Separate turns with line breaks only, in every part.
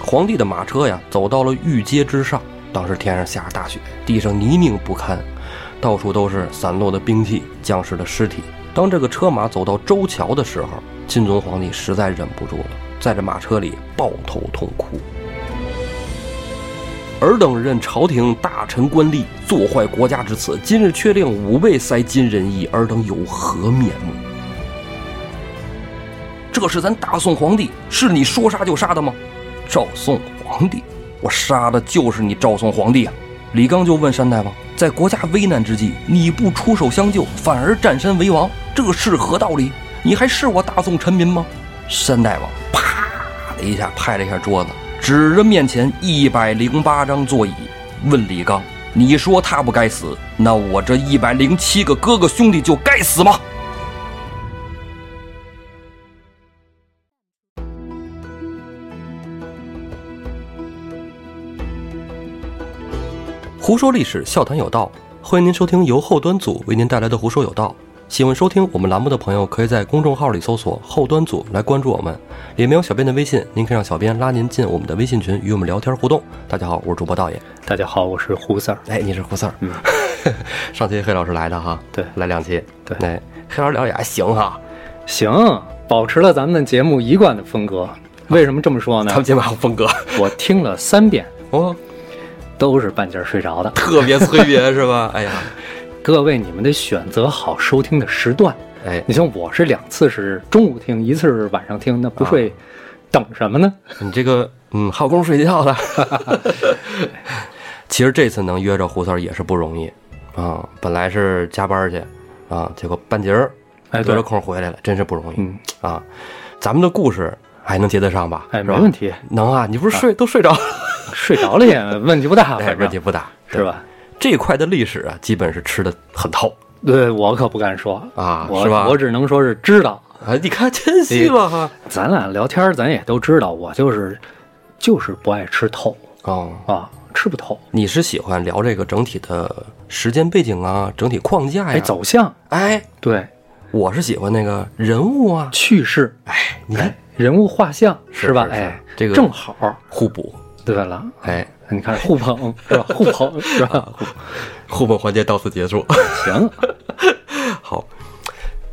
皇帝的马车呀，走到了御街之上。当时天上下着大雪，地上泥泞不堪，到处都是散落的兵器、将士的尸体。当这个车马走到周桥的时候，钦宗皇帝实在忍不住了，在这马车里抱头痛哭。尔等任朝廷大臣官吏，作坏国家之此，今日却令吾辈塞金人意，尔等有何面目？这是咱大宋皇帝，是你说杀就杀的吗？赵宋皇帝，我杀的就是你赵宋皇帝啊！李刚就问山大王，在国家危难之际，你不出手相救，反而占山为王，这是何道理？你还是我大宋臣民吗？山大王啪的一下拍了一下桌子。指着面前一百零八张座椅，问李刚：“你说他不该死，那我这一百零七个哥哥兄弟就该死吗？”胡说历史，笑谈有道，欢迎您收听由后端组为您带来的《胡说有道》。喜欢收听我们栏目的朋友，可以在公众号里搜索“后端组”来关注我们，里面有小编的微信，您可以让小编拉您进我们的微信群，与我们聊天互动。大家好，我是主播道爷。
大家好，我是胡四儿。
哎，你是胡四 儿，
嗯，
上期黑老师来的哈，
对
来两期，
对
哎，黑老师聊也还行哈，
行，保持了咱们节目一贯的风格。为什么这么说呢
咱？们节目还有风格，
我听了三遍，
哦，
都是半截儿睡着的。
特别催眠是吧？哎呀，
各位，你们得选择好收听的时段。
哎，
你像我是两次是中午听，一次是晚上听，那不
啊
睡，等什么呢？
你这个嗯，好功夫睡觉的。 其实这次能约着胡四儿也是不容易啊，本来是加班去啊，结果半截儿
哎，
留
对
着，空回来了，真是不容易、
嗯，
啊。咱们的故事还能接得上吧？
哎，
是
没
吧
问题，
能啊！你不是睡、都睡着了，
睡着了也问题不 大，
哎，
反
问
正
题不大，
是？吧？
这块的历史啊，基本是吃的很透
对我可不敢说，
啊，
我
是吧？
我只能说是知道。
啊，你看真细了哈。
咱俩聊天儿，咱也都知道，我就是就是不爱吃透
哦，
啊，吃不透。
你是喜欢聊这个整体的时间背景啊，整体框架呀？
哎，走向
哎，
对
我是喜欢那个人物啊。
去世，
哎，你看
哎，人物画像
是
吧？
是是
哎，
这个
正好。
互补，
对了，
哎，啊
你看互捧是 吧？互捧是吧？
互补环节到此结束。
行，
好，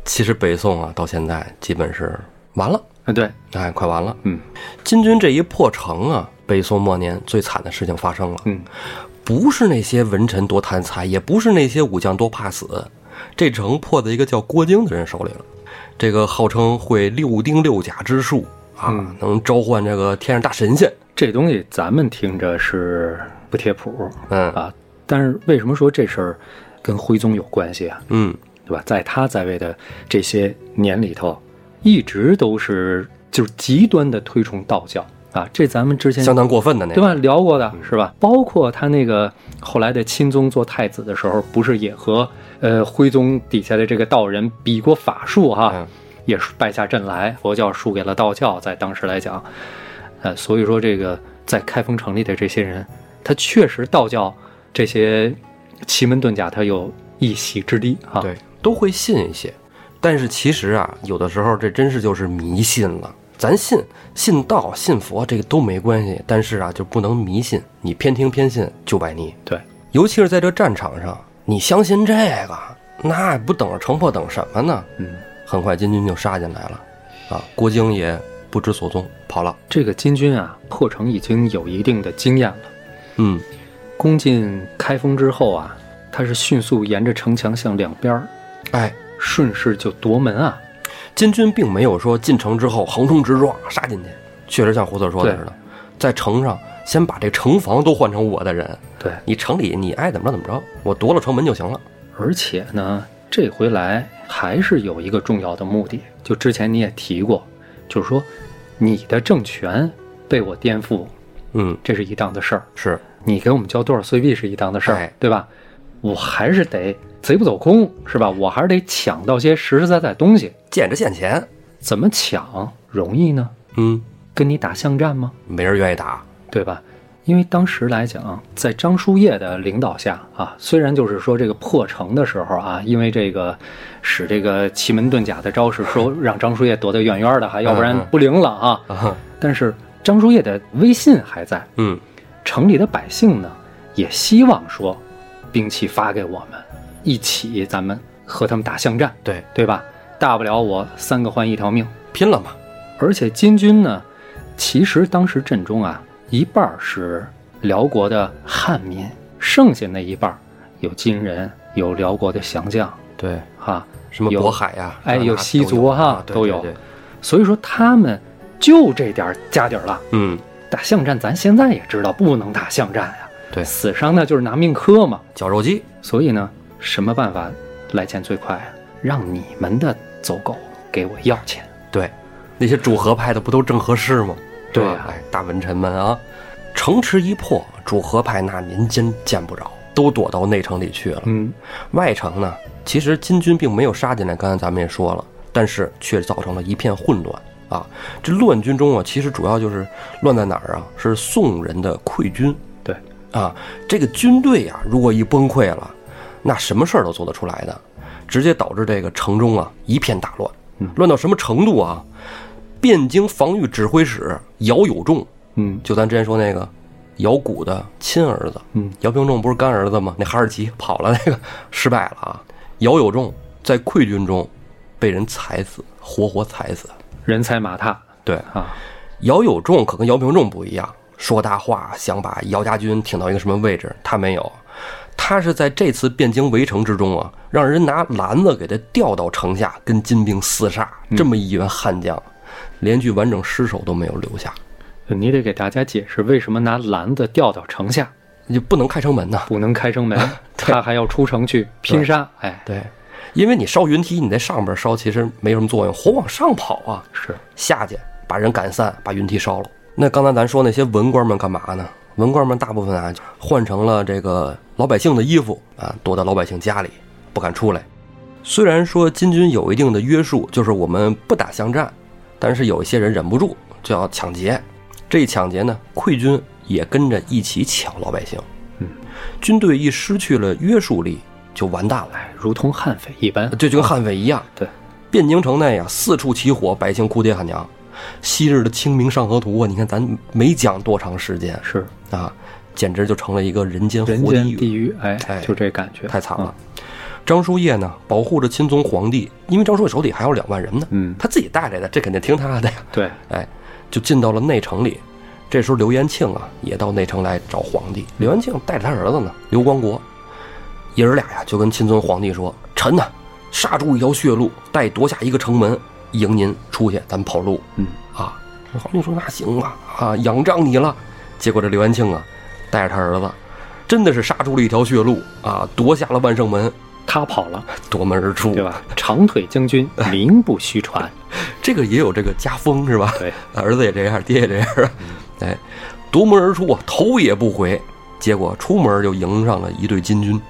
其实北宋啊，到现在基本是完了，
哎对，
哎，快完了。
嗯
金军这一破城啊，北宋末年最惨的事情发生了，
嗯，
不是那些文臣多贪财，也不是那些武将多怕死，这城破在一个叫郭靖的人手里了。这个号称会六丁六甲之术啊，
嗯
能召唤这个天上大神仙。
这东西咱们听着是不贴谱
嗯
啊，但是为什么说这事儿跟徽宗有关系啊？
嗯，
对吧？在他在位的这些年里头，一直都是就是极端的推崇道教啊，这咱们之前
相当过分的那
对
个。
吧？聊过
嗯
的是吧？包括他那个后来的钦宗做太子的时候，不是也和呃徽宗底下的这个道人比过法术哈、
嗯
也是败下阵来，佛教输给了道教，在当时来讲，呃，所以说这个在开封城里的这些人，他确实道教这些奇门遁甲，他有一席之地啊。
对，都会信一些。但是其实啊，有的时候这真是就是迷信了。咱信信道、信佛这个都没关系，但是啊，就不能迷信。你偏听偏信就崴泥，
对，
尤其是在这战场上，你相信这个，那不等着城破等什么呢？
嗯，
很快金军就杀进来了，啊，郭靖也不知所踪跑了。
这个金军啊，破城已经有一定的经验了。
嗯，
攻进开封之后啊，他是迅速沿着城墙向两边儿
哎，
顺势就夺门啊。
金军并没有说进城之后横冲直撞杀进去，确实像胡四说的似的，在城上先把这城防都换成我的人，
对，
你城里你爱怎么着怎么着，我夺了城门就行了。
而且呢，这回来还是有一个重要的目的，就之前你也提过，就是说你的政权被我颠覆，
嗯，
这是一档子事儿。
是，
你给我们交多少岁币是一档子事儿，
哎
对吧？我还是得贼不走空，是吧？我还是得抢到些实实在在东西。
见着现钱，
怎么抢容易呢？
嗯，
跟你打巷战吗？
没人愿意打。
对吧？因为当时来讲，在张叔夜的领导下啊，虽然就是说这个破城的时候啊，因为这个使这个奇门遁甲的招式说啊让张叔夜躲得远远的，还要不然
嗯嗯
不灵了啊。
啊，
但是张叔夜的威信还在，
嗯
城里的百姓呢，也希望说，兵器发给我们，一起咱们和他们打巷战，
对，
对吧？大不了我三个换一条命。
拼了嘛，
而且金军呢，其实当时阵中啊，一半儿是辽国的汉民，剩下那一半儿有金人，有辽国的降将啊
对，
哈，
什么
有
渤海呀，
哎
这那
有
都
西族哈
啊对
都
对
有
对
所以说他们就这点儿家底儿了。
嗯，
打巷战，咱现在也知道不能打巷战呀、
对
死伤那就是拿命磕嘛。
绞肉机，
所以呢，什么办法来钱最快啊？让你们的走狗给我要钱。
对，那些主和派的不都正合适吗？
对
是吧
啊
哎，大文臣们啊，城池一破，主和派那民间见不着，都躲到内城里去了。
嗯，
外城呢，其实金军并没有杀进来，刚才咱们也说了，但是却造成了一片混乱啊。这乱军中啊，其实主要就是乱在哪儿啊？是宋人的溃军
对，
啊。这个军队啊，如果一崩溃了，那什么事儿都做得出来的，直接导致这个城中啊一片大乱
嗯，
乱到什么程度啊？汴京防御指挥使姚有仲，
嗯
就咱之前说那个姚古的亲儿子，
嗯，
姚平仲不是干儿子吗？那哈士奇跑了， 那个失败了啊。姚有仲在溃军中被人踩死，活活踩死。
人踩马踏
对，
啊，
姚有仲可跟姚平仲不一样，说大话想把姚家军挺到一个什么位置，他没有，他是在这次汴京围城之中啊，让人拿篮子给他吊到城下，跟金兵厮杀，这么一员悍将，连具完整尸首都没有留下，
你得给大家解释为什么拿篮子吊到城下，
你就不能开城门呐。
不能开 城门，他还要出城去拼杀。哎，
对，因为你烧云梯，你在上边烧其实没什么作用，火往上跑啊，
是
下去把人赶散，把云梯烧了。那刚才咱说那些文官们干嘛呢？文官们大部分啊换成了这个老百姓的衣服啊，躲在老百姓家里，不敢出来。虽然说金军有一定的约束，就是我们不打巷战，但是有一些人忍不住就要抢劫。这一抢劫呢，溃军也跟着一起抢老百姓。
嗯，
军队一失去了约束力，就完蛋了。
哎，如同悍匪一般。
这就跟悍匪一样。
对，
汴京城内啊，四处起火，百姓哭爹喊娘。昔日的《清明上河图》啊，你看咱没讲多长时间
是
啊，简直就成了一个人间
人
活
间
地狱，
地嗯狱，哎
哎，
就这感觉，
太惨了。张叔夜呢，保护着钦宗皇帝，因为张叔夜手底还有两万人呢，
嗯。嗯，
他自己带来的，这肯定听他的呀。
对，
哎，就进到了内城里。这时候刘延庆啊，也到内城来找皇帝。刘延庆带着他儿子呢，刘光国，爷儿俩呀就跟钦宗皇帝说：“臣呐、杀出一条血路，待夺下一个城门，迎您出去，咱跑路
嗯，
啊！”皇帝说：“那行吧，啊，仰仗你了。”结果这刘延庆啊，带着他儿子，真的是杀出了一条血路啊，夺下了万圣门，
他跑了，
夺门而出，
对？吧？长腿将 军名不虚传，
这个也有这个家风是吧？
对，
儿子也这样，爹也这样，哎，夺门而出啊，头也不回。结果出门就迎上了一队金军，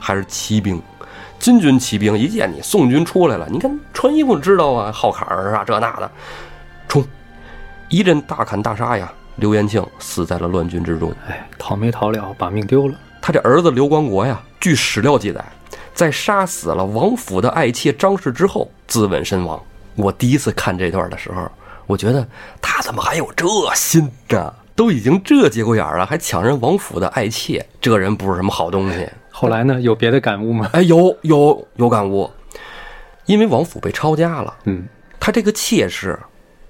还是骑兵。金军骑兵一见你宋军出来了，你看穿衣服知道啊，号坎儿啊，这那的，冲！一阵大砍大杀呀，刘延庆死在了乱军之中。
哎，逃没逃了，把命丢了。
他这儿子刘光国呀，据史料记载，在杀死了王府的爱妾张氏之后，自刎身亡。我第一次看这段的时候，我觉得他怎么还有这心呢？都已经这节骨眼儿了，还抢人王府的爱妾，这人不是什么好东西。
后来呢，有别的感悟吗？
哎，有有有感悟，因为王府被抄家了，
嗯，
他这个妾室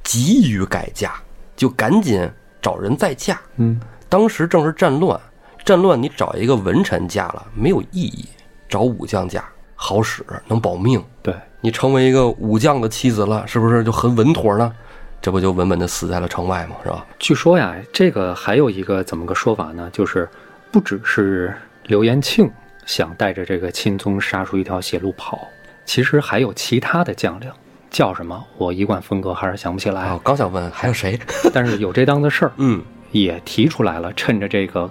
急于改嫁，就赶紧找人再嫁。
嗯，
当时正是战乱，战乱你找一个文臣嫁了没有意义，找武将嫁好使，能保命。
对，
你成为一个武将的妻子了，是不是就很稳妥呢？这不就稳稳的死在了城外吗？是吧？
据说呀，这个还有一个怎么个说法呢？就是不只是刘延庆想带着这个钦宗杀出一条血路跑，其实还有其他的将领，叫什么？我一贯风格还是想不起来
啊，，刚想问还有谁？
但是有这档子事儿
嗯，
也提出来了。趁着这个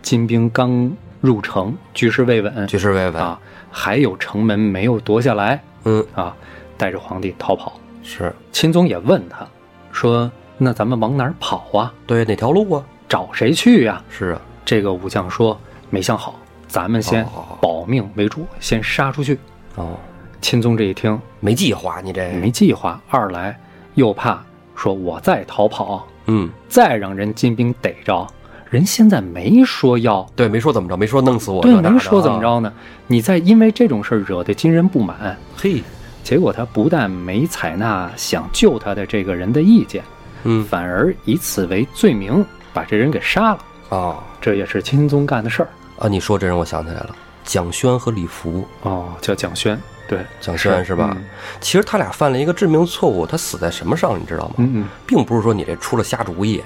金兵刚入城，局势未稳
举世慰问。
啊，还有城门没有夺下来
嗯，
啊，带着皇帝逃跑。
是
钦宗也问他说：“那咱们往哪儿跑啊？
对哪条路啊？
找谁去呀、
是啊，
这个武将说：“没想好，咱们先
哦
保命为主，先杀出去。
哦，”
钦宗这一听
没计划，你这
哎没计划，二来又怕说我再逃跑，
嗯，
再让人金兵逮着，人现在没说要，
对，没说怎么着，没说弄死我，
对，
这那
没
的
说怎么
啊，
着呢？你再因为这种事儿惹得金人不满，
嘿，
结果他不但没采纳想救他的这个人的意见，
嗯
反而以此为罪名把这人给杀了，
啊
这也是清宗干的事儿。
啊，你说这人我想起来了，蒋轩和李福，
哦，叫蒋轩，对，
蒋轩是嗯
嗯
吧？其实他俩犯了一个致命错误，他死在什么上，你知道吗？
嗯嗯
并不是说你这出了瞎主意，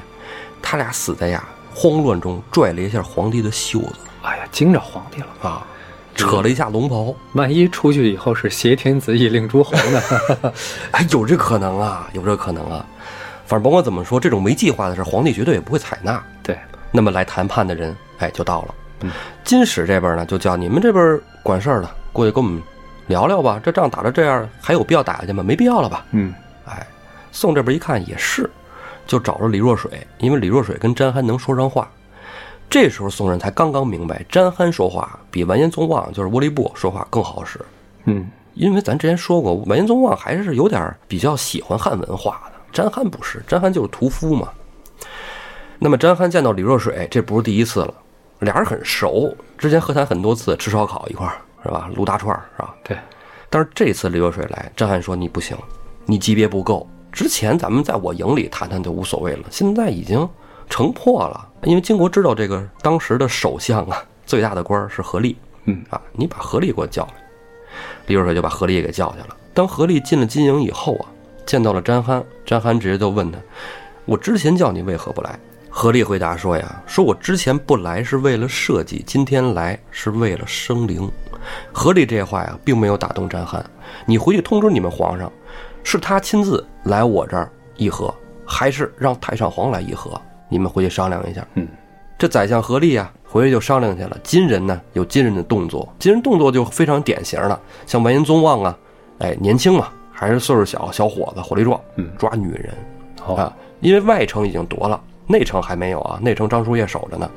他俩死在呀慌乱中拽了一下皇帝的袖子
嗯，哎呀，惊着皇帝了。
啊，扯了一下龙袍，
万一出去以后是挟天子以令诸侯呢？
哎，有这可能啊，有这可能啊。反正甭管怎么说，这种没计划的事，皇帝绝对也不会采纳。
对，
那么来谈判的人，哎，就到了。
嗯
金使这边呢，就叫你们这边管事儿的过去跟我们聊聊吧。这仗打成这样，还有必要打下去吗？没必要了吧？
嗯，
哎，宋这边一看也是，就找着李若水，因为李若水跟詹憨能说上话。这时候宋人才刚刚明白，詹憨说话比完颜宗望就是窝里布说话更好使，
嗯，
因为咱之前说过，完颜宗望还是有点儿比较喜欢汉文化的。詹憨不是，詹憨就是屠夫嘛。那么詹憨见到李若水，这不是第一次了，俩人很熟，之前和谈很多次，吃烧烤一块儿是吧？撸大串儿是吧？
对，
但是这次李若水来，张翰说你不行，你级别不够。之前咱们在我营里谈谈就无所谓了，现在已经城破了。因为金国知道这个当时的首相啊，最大的官儿是何力，
嗯
啊，你把何力给我叫来。李若水就把何力给叫去了。当何力进了金营以后啊，见到了詹憨，詹憨直接就问他：“我之前叫你为何不来？”何力回答说：“呀，说我之前不来是为了社稷，今天来是为了生灵。”何力这话呀，并没有打动詹憨。你回去通知你们皇上，是他亲自来我这儿议和，还是让太上皇来议和？你们回去商量一下。
嗯，
这宰相何力啊，回去就商量去了。金人呢，有金人的动作，金人动作就非常典型了，像完颜宗望啊，哎，年轻嘛，还是岁数小，小伙子，火力壮，
嗯
抓女人。
好、
啊，因为外城已经夺了，内城还没有啊，内城张叔夜守着呢，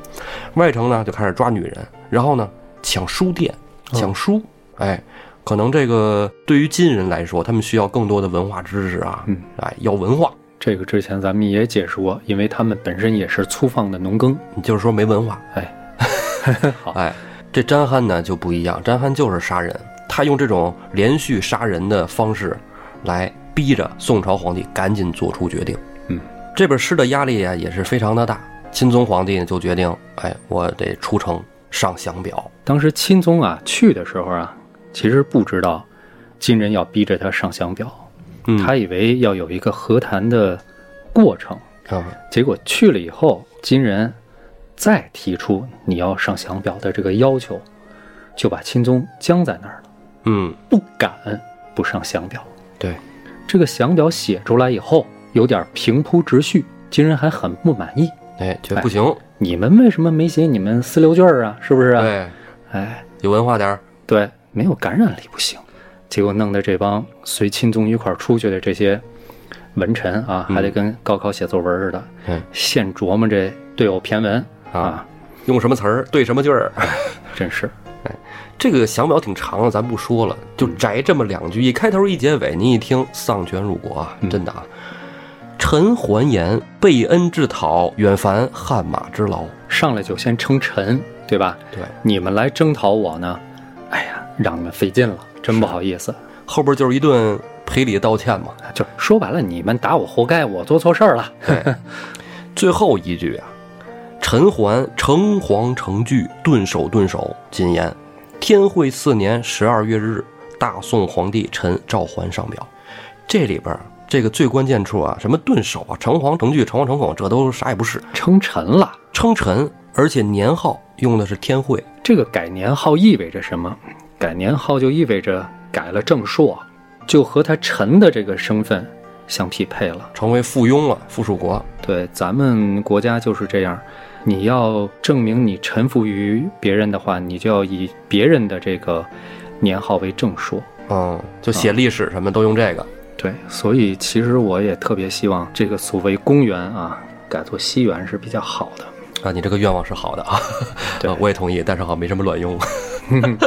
外城呢就开始抓女人，然后呢抢书店，抢书，哎，可能这个对于金人来说，他们需要更多的文化知识啊，
嗯
哎，要文化，
这个之前咱们也解释过，因为他们本身也是粗放的农耕。
你就是说没文化，
哎， 好，
哎，这詹憨呢就不一样，詹憨就是杀人，他用这种连续杀人的方式来逼着宋朝皇帝赶紧做出决定。
嗯，
这边师的压力啊也是非常的大，钦宗皇帝呢就决定，哎，我得出城上降表。
当时钦宗啊去的时候啊，其实不知道金人要逼着他上降表，
嗯
他以为要有一个和谈的过程，
啊，
结果去了以后，金人再提出你要上降表的这个要求，就把钦宗僵在那儿了，
嗯，
不敢不上降表。
对，
这个降表写出来以后，有点平铺直叙，金人还很不满意。
哎，这不行，
你们为什么没写你们四六句儿啊？是不是啊？
对，
哎，
有文化点儿，
对，没有感染力不行。结果弄得这帮随钦宗一块儿出去的这些文臣啊，还得跟高考写作文似的，
嗯
现琢磨这对偶骈文
啊用什么词儿对什么句儿。
真是
这个降表挺长的，咱不说了，就摘这么两句，一开头一结尾，您一听丧权辱国啊，真的啊！臣还言，背恩至讨，远烦汗马之劳。
上来就先称臣，对吧？
对，
你们来征讨我呢，哎呀，让你们费劲了，
啊
真不好意思。
后边就是一顿赔礼道歉嘛。
就说白了，你们打我活该，我做错事儿了。
最后一句啊，臣还诚惶诚惧，顿首顿首。谨言，天会四年十二月日，大宋皇帝臣赵桓上表。这里边儿这个最关键处啊，什么顿首啊，诚惶诚惧，诚惶诚恐，这都啥也不是。
称臣了，
称臣，而且年号用的是天会，
这个改年号意味着什么？改年号就意味着改了正朔，就和他臣的这个身份相匹配了。
成为附庸了，附属国。
对，咱们国家就是这样，你要证明你臣服于别人的话，你就要以别人的这个年号为正朔。
嗯，就写历史什么都用这个。
对，所以其实我也特别希望这个所谓公元啊，改做西元是比较好的。
啊，你这个愿望是好的啊，
对
啊我也同意，但是好像没什么卵 用。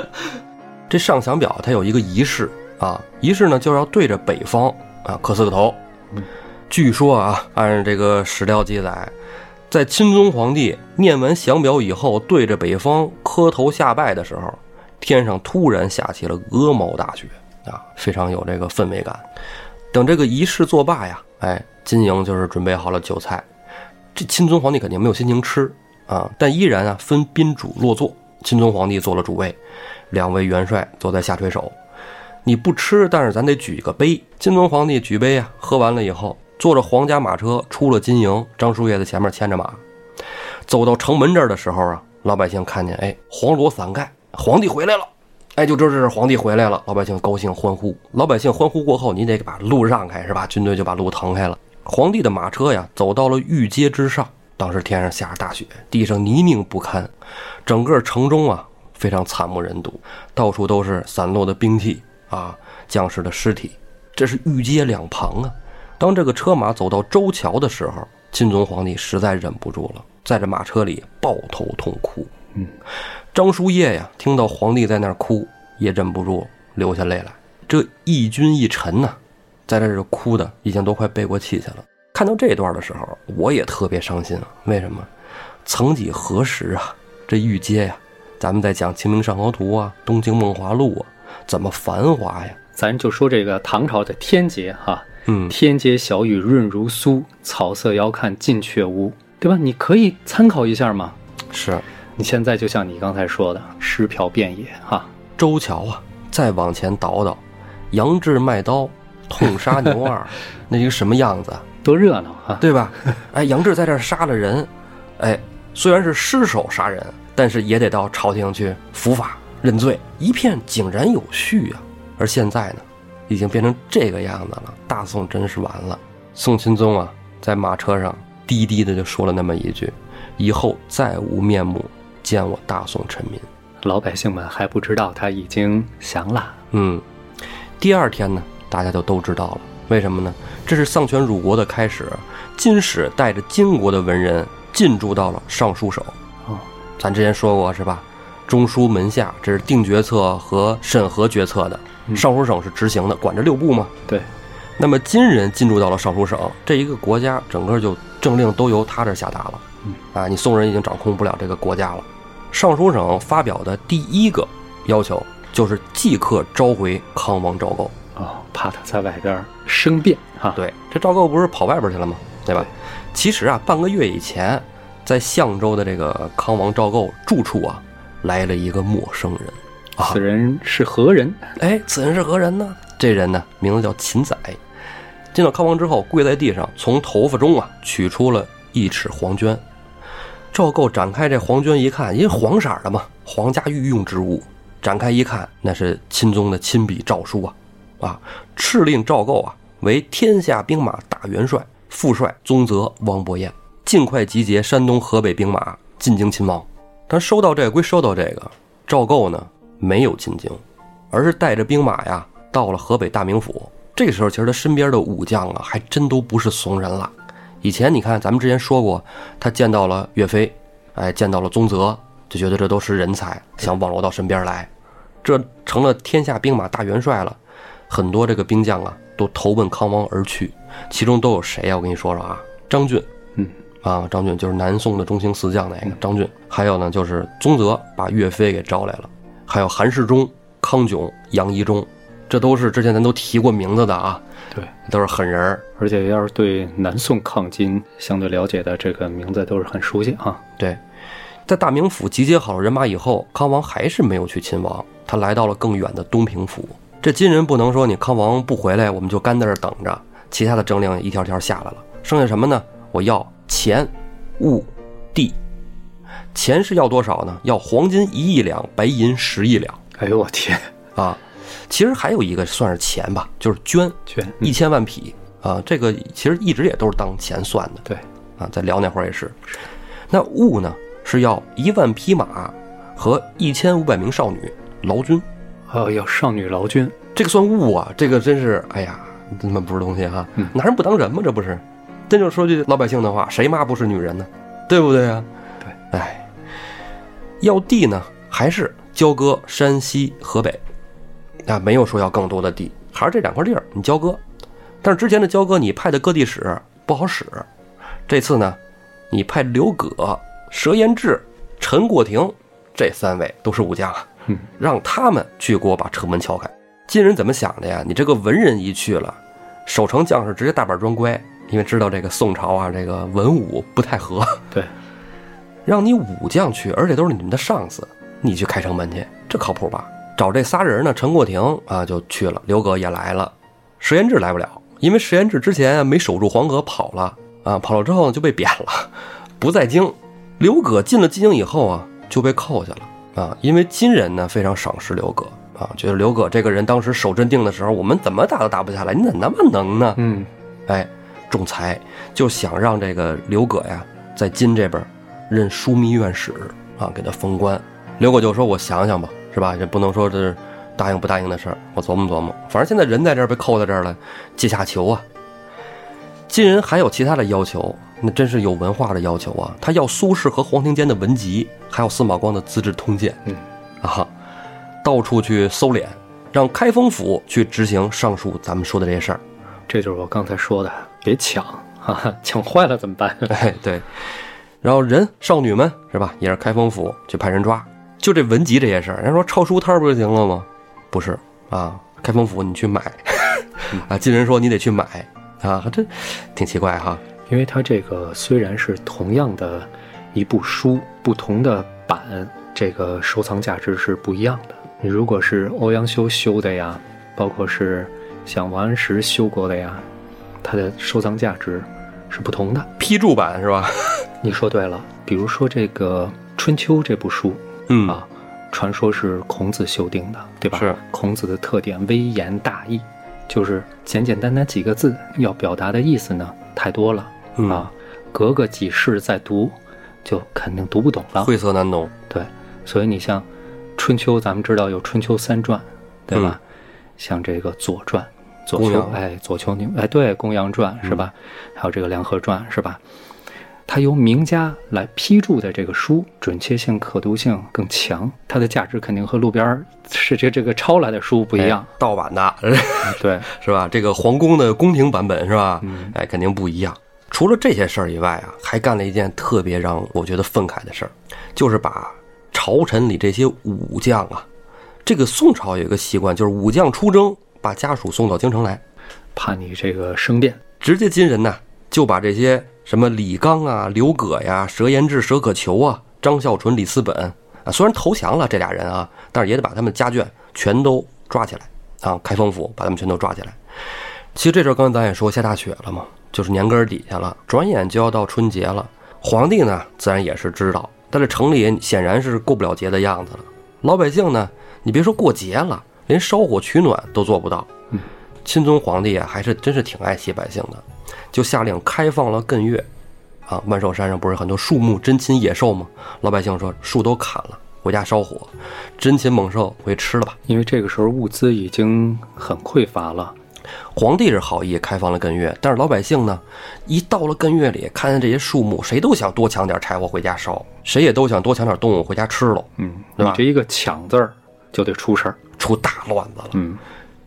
这上降表它有一个仪式啊，仪式呢就是要对着北方啊磕四个头
嗯，
据说啊，按这个史料记载，在钦宗皇帝念完降表以后，对着北方磕头下拜的时候，天上突然下起了鹅毛大雪啊，非常有这个氛围感。等这个仪式作罢呀，哎，金莹就是准备好了酒菜，这钦宗皇帝肯定没有心情吃啊，但依然啊分宾主落座，钦宗皇帝坐了主位，两位元帅坐在下垂手。你不吃，但是咱得举个杯。金宗皇帝举杯啊，喝完了以后，坐着皇家马车出了金营，张叔夜在前面牵着马，走到城门这儿的时候啊，老百姓看见哎黄罗伞盖，皇帝回来了，哎就知道这是皇帝回来了，老百姓高兴欢呼。老百姓欢呼过后，你得把路让开是吧？军队就把路腾开了。皇帝的马车呀，走到了御街之上，当时天上下着大雪，地上泥泞不堪，整个城中啊非常惨不忍睹，到处都是散落的兵器。啊，将士的尸体，这是御街两旁啊。当这个车马走到周桥的时候，钦宗皇帝实在忍不住了，在这马车里抱头痛哭。
嗯，
张叔夜呀，听到皇帝在那儿哭，也忍不住流下泪来。这一君一臣呐、在这儿哭的已经都快背过气去了。看到这段的时候，我也特别伤心啊。为什么？曾几何时啊，这御街呀、咱们在讲《清明上河图》啊，《东京梦华录》啊，怎么繁华呀？
咱就说这个唐朝的天劫哈、
嗯，
天街小雨润如酥，草色遥看近却无，对吧？你可以参考一下嘛。
是
你现在就像你刚才说的，诗飘遍野哈，
周桥啊，再往前倒倒，杨志卖刀，痛杀牛二，那一个什么样子啊，
多热闹哈！
对吧？哎，杨志在这儿杀了人，哎，虽然是失手杀人，但是也得到朝廷去伏法认罪，一片井然有序啊。而现在呢，已经变成这个样子了，大宋真是完了。宋钦宗啊，在马车上低低的就说了那么一句：“以后再无面目见我大宋臣民。”
老百姓们还不知道他已经降了。
嗯，第二天呢，大家就都知道了。为什么呢？这是丧权辱国的开始。金使带着金国的文人进驻到了尚书省。
哦，
咱之前说过是吧？中书门下这是定决策和审核决策的，
嗯
尚书省是执行的，管这六部嘛。
对，
那么金人进驻到了尚书省，这一个国家整个就政令都由他这儿下达了
嗯。
啊，你宋人已经掌控不了这个国家了。尚书省发表的第一个要求就是即刻召回康王赵构。
哦，怕他在外边生变哈。，
对，这赵构不是跑外边去了吗？对吧？其实啊，半个月以前，在象州的这个康王赵构住处啊，来了一个陌生人啊
此，人是何人？
哎，此人是何人呢？这人呢，名字叫秦宰。见到康王之后，跪在地上，从头发中啊取出了一尺黄绢。赵构展开这黄绢一看，因为黄色儿的嘛，皇家御用之物。展开一看，那是钦宗的亲笔诏书啊，啊，敕令赵构啊为天下兵马大元帅、副帅宗泽、汪伯彦，尽快集结山东、河北兵马进京亲王。他收到这个归收到这个，赵构呢没有进京，而是带着兵马呀到了河北大名府。这个时候，其实他身边的武将啊，还真都不是怂人了。以前你看，咱们之前说过，他见到了岳飞，哎，见到了宗泽，就觉得这都是人才，想网罗到身边来。这成了天下兵马大元帅了，很多这个兵将啊，都投奔康王而去。其中都有谁呀、我跟你说说啊，张俊，
嗯，
啊，张俊就是南宋的中兴四将那个张俊，还有呢就是宗泽把岳飞给招来了，还有韩世忠、康炯、杨一中，这都是之前咱都提过名字的啊，
对，
都是狠人儿。
而且要是对南宋抗金相对了解的，这个名字都是很熟悉啊。
对，在大名府集结好了人马以后，康王还是没有去亲王，他来到了更远的东平府。这金人不能说你康王不回来，我们就干在这儿等着，其他的政令一条条下来了，剩下什么呢？我要钱、物、地。钱是要多少呢？要黄金一亿两，白银十亿两
哎呦我天，
啊！其实还有一个算是钱吧，就是捐，
捐
一千万匹啊，这个其实一直也都是当钱算的。
对，
啊，在辽那会儿也是。那物呢是要一万匹马和一千五百名少女劳军，
哦，要少女劳军，
这个算物啊？这个真是，哎呀，真他妈不是东西哈、
嗯
拿人不当人吗？这不是？真就说句老百姓的话，谁妈不是女人呢？对不对啊？对，哎，要地呢还是交割山西、河北，啊，没有说要更多的地，还是这两块地儿你交割。但是之前的交割，你派的割地使不好使。这次呢，你派刘葛、佘延志、陈过庭这三位都是武将啊
嗯，
让他们去给我把城门敲开。金人怎么想的呀？你这个文人一去了，守城将士直接大板砖乖，因为知道这个宋朝啊，这个文武不太合，
对，
让你武将去，而且都是你们的上司，你去开城门去，这靠谱吧？找这仨人呢，陈过庭啊就去了，刘葛也来了，石延志来不了，因为石延志之前啊没守住黄河跑了啊，跑了之后呢就被贬了， 不在京。刘葛进了京以后啊就被扣下了啊，因为金人呢非常赏识刘葛啊，觉得刘葛这个人当时守镇定的时候，我们怎么打都打不下来，你怎么那么能呢？
嗯，
哎，仲裁就想让这个刘葛呀在金这边任枢密院使啊，给他封官。刘葛就说：“我想想吧，是吧？这不能说这是答应不答应的事儿，我琢磨琢磨。反正现在人在这儿被扣在这儿了，阶下囚啊。金人还有其他的要求，那真是有文化的要求啊。他要苏轼和黄庭坚的文集，还有司马光的《资治通鉴》。
嗯，
啊，到处去搜敛，让开封府去执行上述咱们说的这些事儿。
这就是我刚才说的，别抢 啊，抢坏了怎么办？
哎，对。然后人少女们是吧，也是开封府去派人抓，就这文集这些事儿，人家说抄书摊儿不就行了吗？不是啊，开封府你去买 啊，金人说你得去买啊，这挺奇怪哈。
因为它这个虽然是同样的一部书，不同的版，这个收藏价值是不一样的。你如果是欧阳修修的呀，包括是像王安石修过的呀，它的收藏价值是不同的。
批注版是吧？
你说对了，比如说这个《春秋》这部书，
嗯
啊，传说是孔子修订的，对吧？
是
孔子的特点，微言大义，就是简简单单几个字，要表达的意思呢太多了、
嗯
啊，隔个几世再读，就肯定读不懂了。
晦涩难懂。
对，所以你像《春秋》，咱们知道有《春秋三传》，对吧？像这个《左传》，左
公
丘
羊
哎，左丘宁哎，对，《公羊传》是吧？还有这个《梁和传》是吧？它由名家来批注的这个书，准确性、可读性更强，它的价值肯定和路边儿是这这个抄来的书不一样
哎。盗版的
哎对，
是吧？这个皇宫的宫廷版本是吧？哎，肯定不一样。除了这些事儿以外啊，还干了一件特别让我觉得愤慨的事儿，就是把朝臣里这些武将啊，这个宋朝有一个习惯，就是武将出征，把家属送到京城来，
怕你这个生变。
直接金人呐、就把这些什么李纲啊、刘葛呀、佘延志、佘可求啊、张孝纯、李思本啊，虽然投降了这俩人啊，但是也得把他们家眷全都抓起来啊，开封府把他们全都抓起来。其实这事儿刚才咱也说，下大雪了嘛，就是年根儿底下了，转眼就要到春节了。皇帝呢，自然也是知道，但是城里显然是过不了节的样子了。老百姓呢，你别说过节了，连烧火取暖都做不到。钦宗皇帝啊，还是真是挺爱惜百姓的，就下令开放了艮岳。啊，万寿山上不是很多树木、珍禽野兽吗？老百姓说树都砍了，回家烧火，珍禽猛兽回去吃了吧。
因为这个时候物资已经很匮乏了，
皇帝是好意开放了艮岳，但是老百姓呢，一到了艮岳里，看见这些树木，谁都想多抢点柴火回家烧，谁也都想多抢点动物回家吃了，
嗯，
对
你
吧
这一个抢字儿就得出事儿。
出大乱子了。
嗯，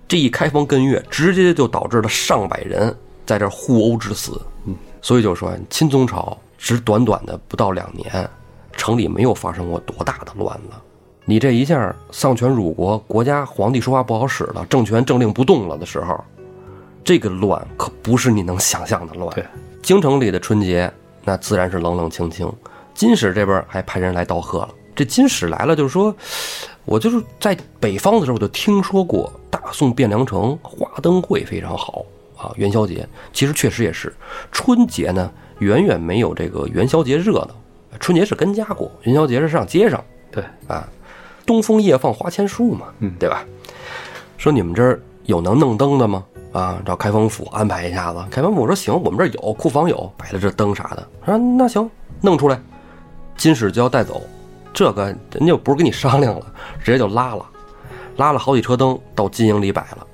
这一开封艮岳，直接就导致了上百人在这儿互殴致死。嗯，所以就说清宗朝只短短的不到两年，城里没有发生过多大的乱子。你这一下丧权辱国，国家皇帝说话不好使了，政权政令不动了的时候，这个乱可不是你能想象的乱。
对，
京城里的春节那自然是冷冷清清，金使这边还派人来道贺了。这呃金使来了，就是说，我就是在北方的时候，我就听说过大宋汴梁城花灯会非常好啊。元宵节其实确实也是，春节呢远远没有这个元宵节热闹。呃春节是跟家过，元宵节是上街上
对，
啊。东风夜放花千树嘛，
嗯
对吧？说你们这儿有能弄灯的吗？啊，找开封府安排一下子。开封府说行，我们这儿有库房有摆了这灯啥的。说那行，弄出来，金使就要带走。这个人家不是跟你商量了，直接就拉了，拉了好几车灯到金营里摆了。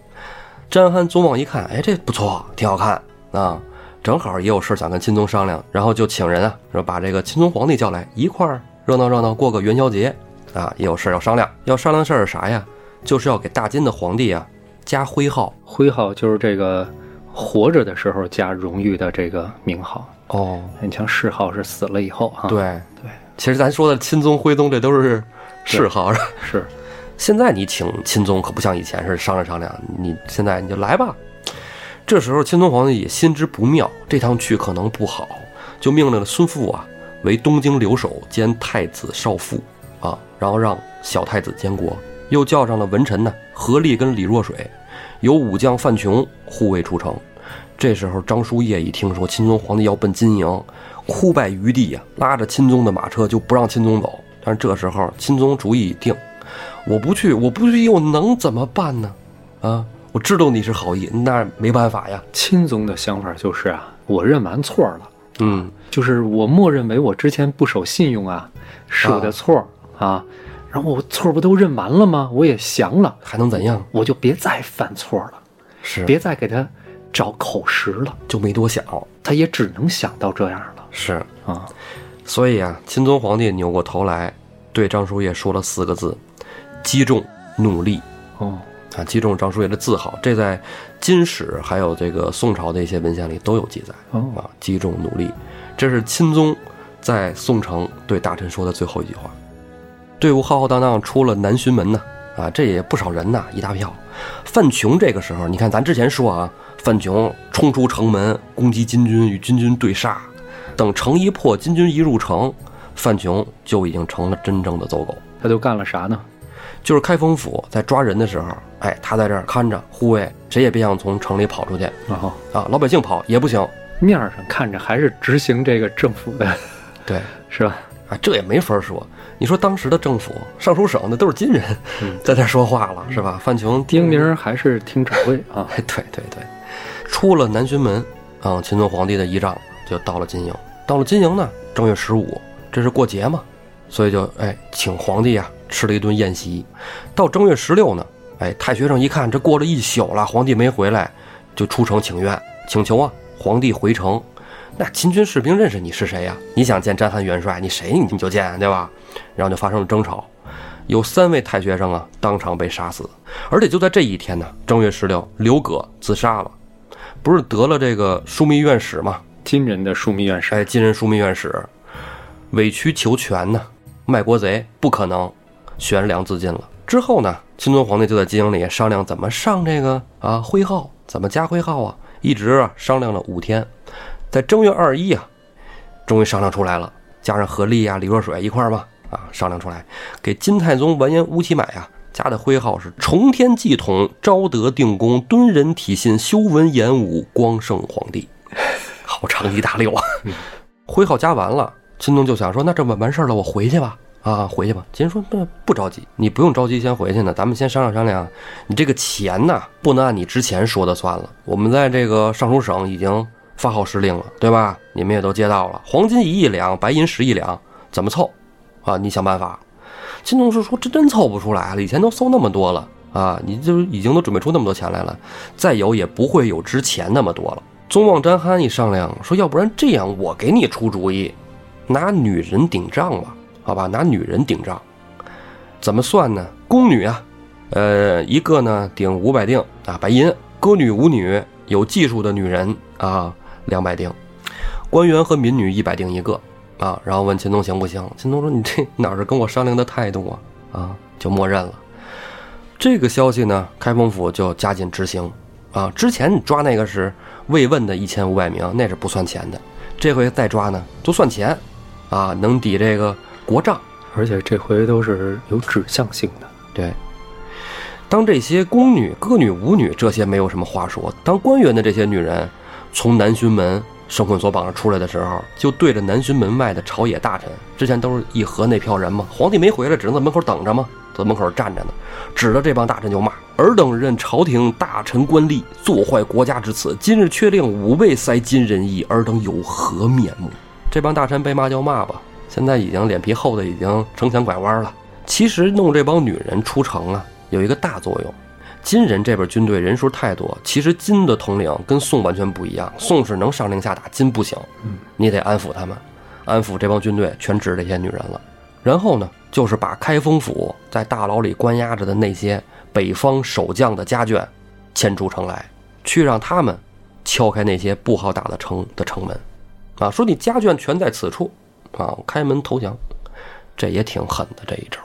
詹憨宗望一看，哎，这不错，挺好看啊，正好也有事想跟钦宗商量，然后就请人啊，说把这个钦宗皇帝叫来一块儿热闹热闹，过个元宵节啊，也有事儿要商量。要商量事儿是啥呀？就是要给大金的皇帝啊加徽号，
徽号就是这个活着的时候加荣誉的这个名号。
哦，
你像谥号是死了以后啊，
对
对，
其实咱说的钦宗、徽宗，这都是谥号。
是
现在你请钦宗可不像以前是商量商量，你现在你就来吧。这时候钦宗皇帝也心知不妙，这趟去可能不好，就命令了孙富啊为东京留守兼太子少傅啊，然后让小太子监国，又叫上了文臣呢何力跟李若水，由武将范琼护卫出城。这时候张叔夜一听说钦宗皇帝要奔金营，哭拜于地呀、拉着钦宗的马车就不让钦宗走。但是这时候钦宗主意已定，我不去，我不去又能怎么办呢？啊，我知道你是好意，那没办法呀。
钦宗的想法就是啊，我认完错了，
嗯，
就是我默认为我之前不守信用啊，是我的错儿啊然后我错儿不都认完了吗？我也降了，
还能怎样？
我就别再犯错了，
是
别再给他找口实了，
就没多想。
他也只能想到这样了
是，
啊。
所以啊，钦宗皇帝扭过头来，对张叔夜说了四个字：击中努力。
哦，
啊，击中张叔夜的自豪，这在金史还有这个宋朝的一些文献里都有记载。
哦
啊，击中努力，这是钦宗在宋城对大臣说的最后一句话。队伍浩浩荡荡出了南巡门呐，啊，这也不少人呐，一大票。范琼这个时候，你看咱之前说啊，范琼冲出城门攻击金军，与金军对杀，等城一破，金军一入城，范琼就已经成了真正的走狗。
他都干了啥呢？
就是开封府在抓人的时候，哎，他在这儿看着护卫，谁也别想从城里跑出去
然后
啊！老百姓跑也不行，
面儿上看着还是执行这个政府的，
对
是吧？
啊，这也没法说。你说当时的政府，上书省那都是金人，在那说话了是吧？范琼
丁明儿还是听指挥啊。
哎， 对对对，出了南巡门，啊，秦宗皇帝的仪仗就到了金营。到了金营呢，正月十五，这是过节嘛，所以就哎请皇帝啊吃了一顿宴席。到正月十六呢，哎太学生一看这过了一宿了，皇帝没回来，就出城请愿，请求啊皇帝回城。那秦军士兵认识你是谁呀、你想见战汉元帅，你谁你你就见，对吧？然后就发生了争吵，有三位太学生啊当场被杀死，而且就在这一天呢，正月十六，刘葛自杀了，不是得了这个枢密院使嘛？
金人的枢密院是
哎，金人枢密院使，委曲求全呢、卖国贼不可能，悬梁自尽了。之后呢，钦宗皇帝就在金营里商量怎么上这个啊徽号，怎么加徽号啊，一直啊商量了五天，在正月二十一啊，终于商量出来了，加上何力啊、李若水一块儿吧，啊，商量出来给金太宗完颜乌齐买啊加的徽号是“崇天祭统，昭德定公，敦仁体信，修文演武，光圣皇帝”， 好长一大溜啊！徽号加完了，金东就想说，那这么完事儿了，我回去吧。啊，回去吧。金说那不着急，你不用着急，先回去呢。咱们先商量商量，啊你这个钱呐、不能按你之前说的算了。我们在这个尚书省已经发号施令了，对吧？你们也都接到了，黄金一亿两，白银十亿两，怎么凑？啊，你想办法。金同事说：“这真凑不出来了，啊以前都搜那么多了啊，你就已经都准备出那么多钱来了，再有也不会有之前那么多了。”宗望詹憨一商量说：“要不然这样，我给你出主意，拿女人顶账吧，好吧，拿女人顶账，怎么算呢？宫女啊，呃，一个呢顶五百锭啊白银，歌女、舞女，有技术的女人啊两百锭，官员和民女一百锭一个。”啊，然后问秦东行不行？秦东说：“你这哪是跟我商量的态度啊？”啊，就默认了。这个消息呢，开封府就加紧执行啊。之前你抓那个是慰问的一千五百名，那是不算钱的。这回再抓呢，就算钱啊，能抵这个国账。
而且这回都是有指向性的。
对，当这些宫女、歌女、舞女这些没有什么话说，当官员的这些女人从南巡门生捆锁绑上出来的时候，就对着南巡门外的朝野大臣，之前都是一和那票人嘛，皇帝没回来，只能在门口等着嘛，在门口站着呢，指着这帮大臣就骂：“尔等任朝廷大臣官吏，作坏国家之此，今日确令五倍塞金人意，尔等有何面目？”这帮大臣被骂就骂吧，现在已经脸皮厚的已经城墙拐弯了。其实弄这帮女人出城啊，有一个大作用。金人这边军队人数太多，其实金的统领跟宋完全不一样，宋是能上令下达，金不行，你得安抚他们，安抚这帮军队全指这些女人了。然后呢，就是把开封府在大牢里关押着的那些北方守将的家眷迁出城来，去让他们敲开那些不好打的城的城门，啊，说你家眷全在此处，啊，我开门投降，这也挺狠的这一招。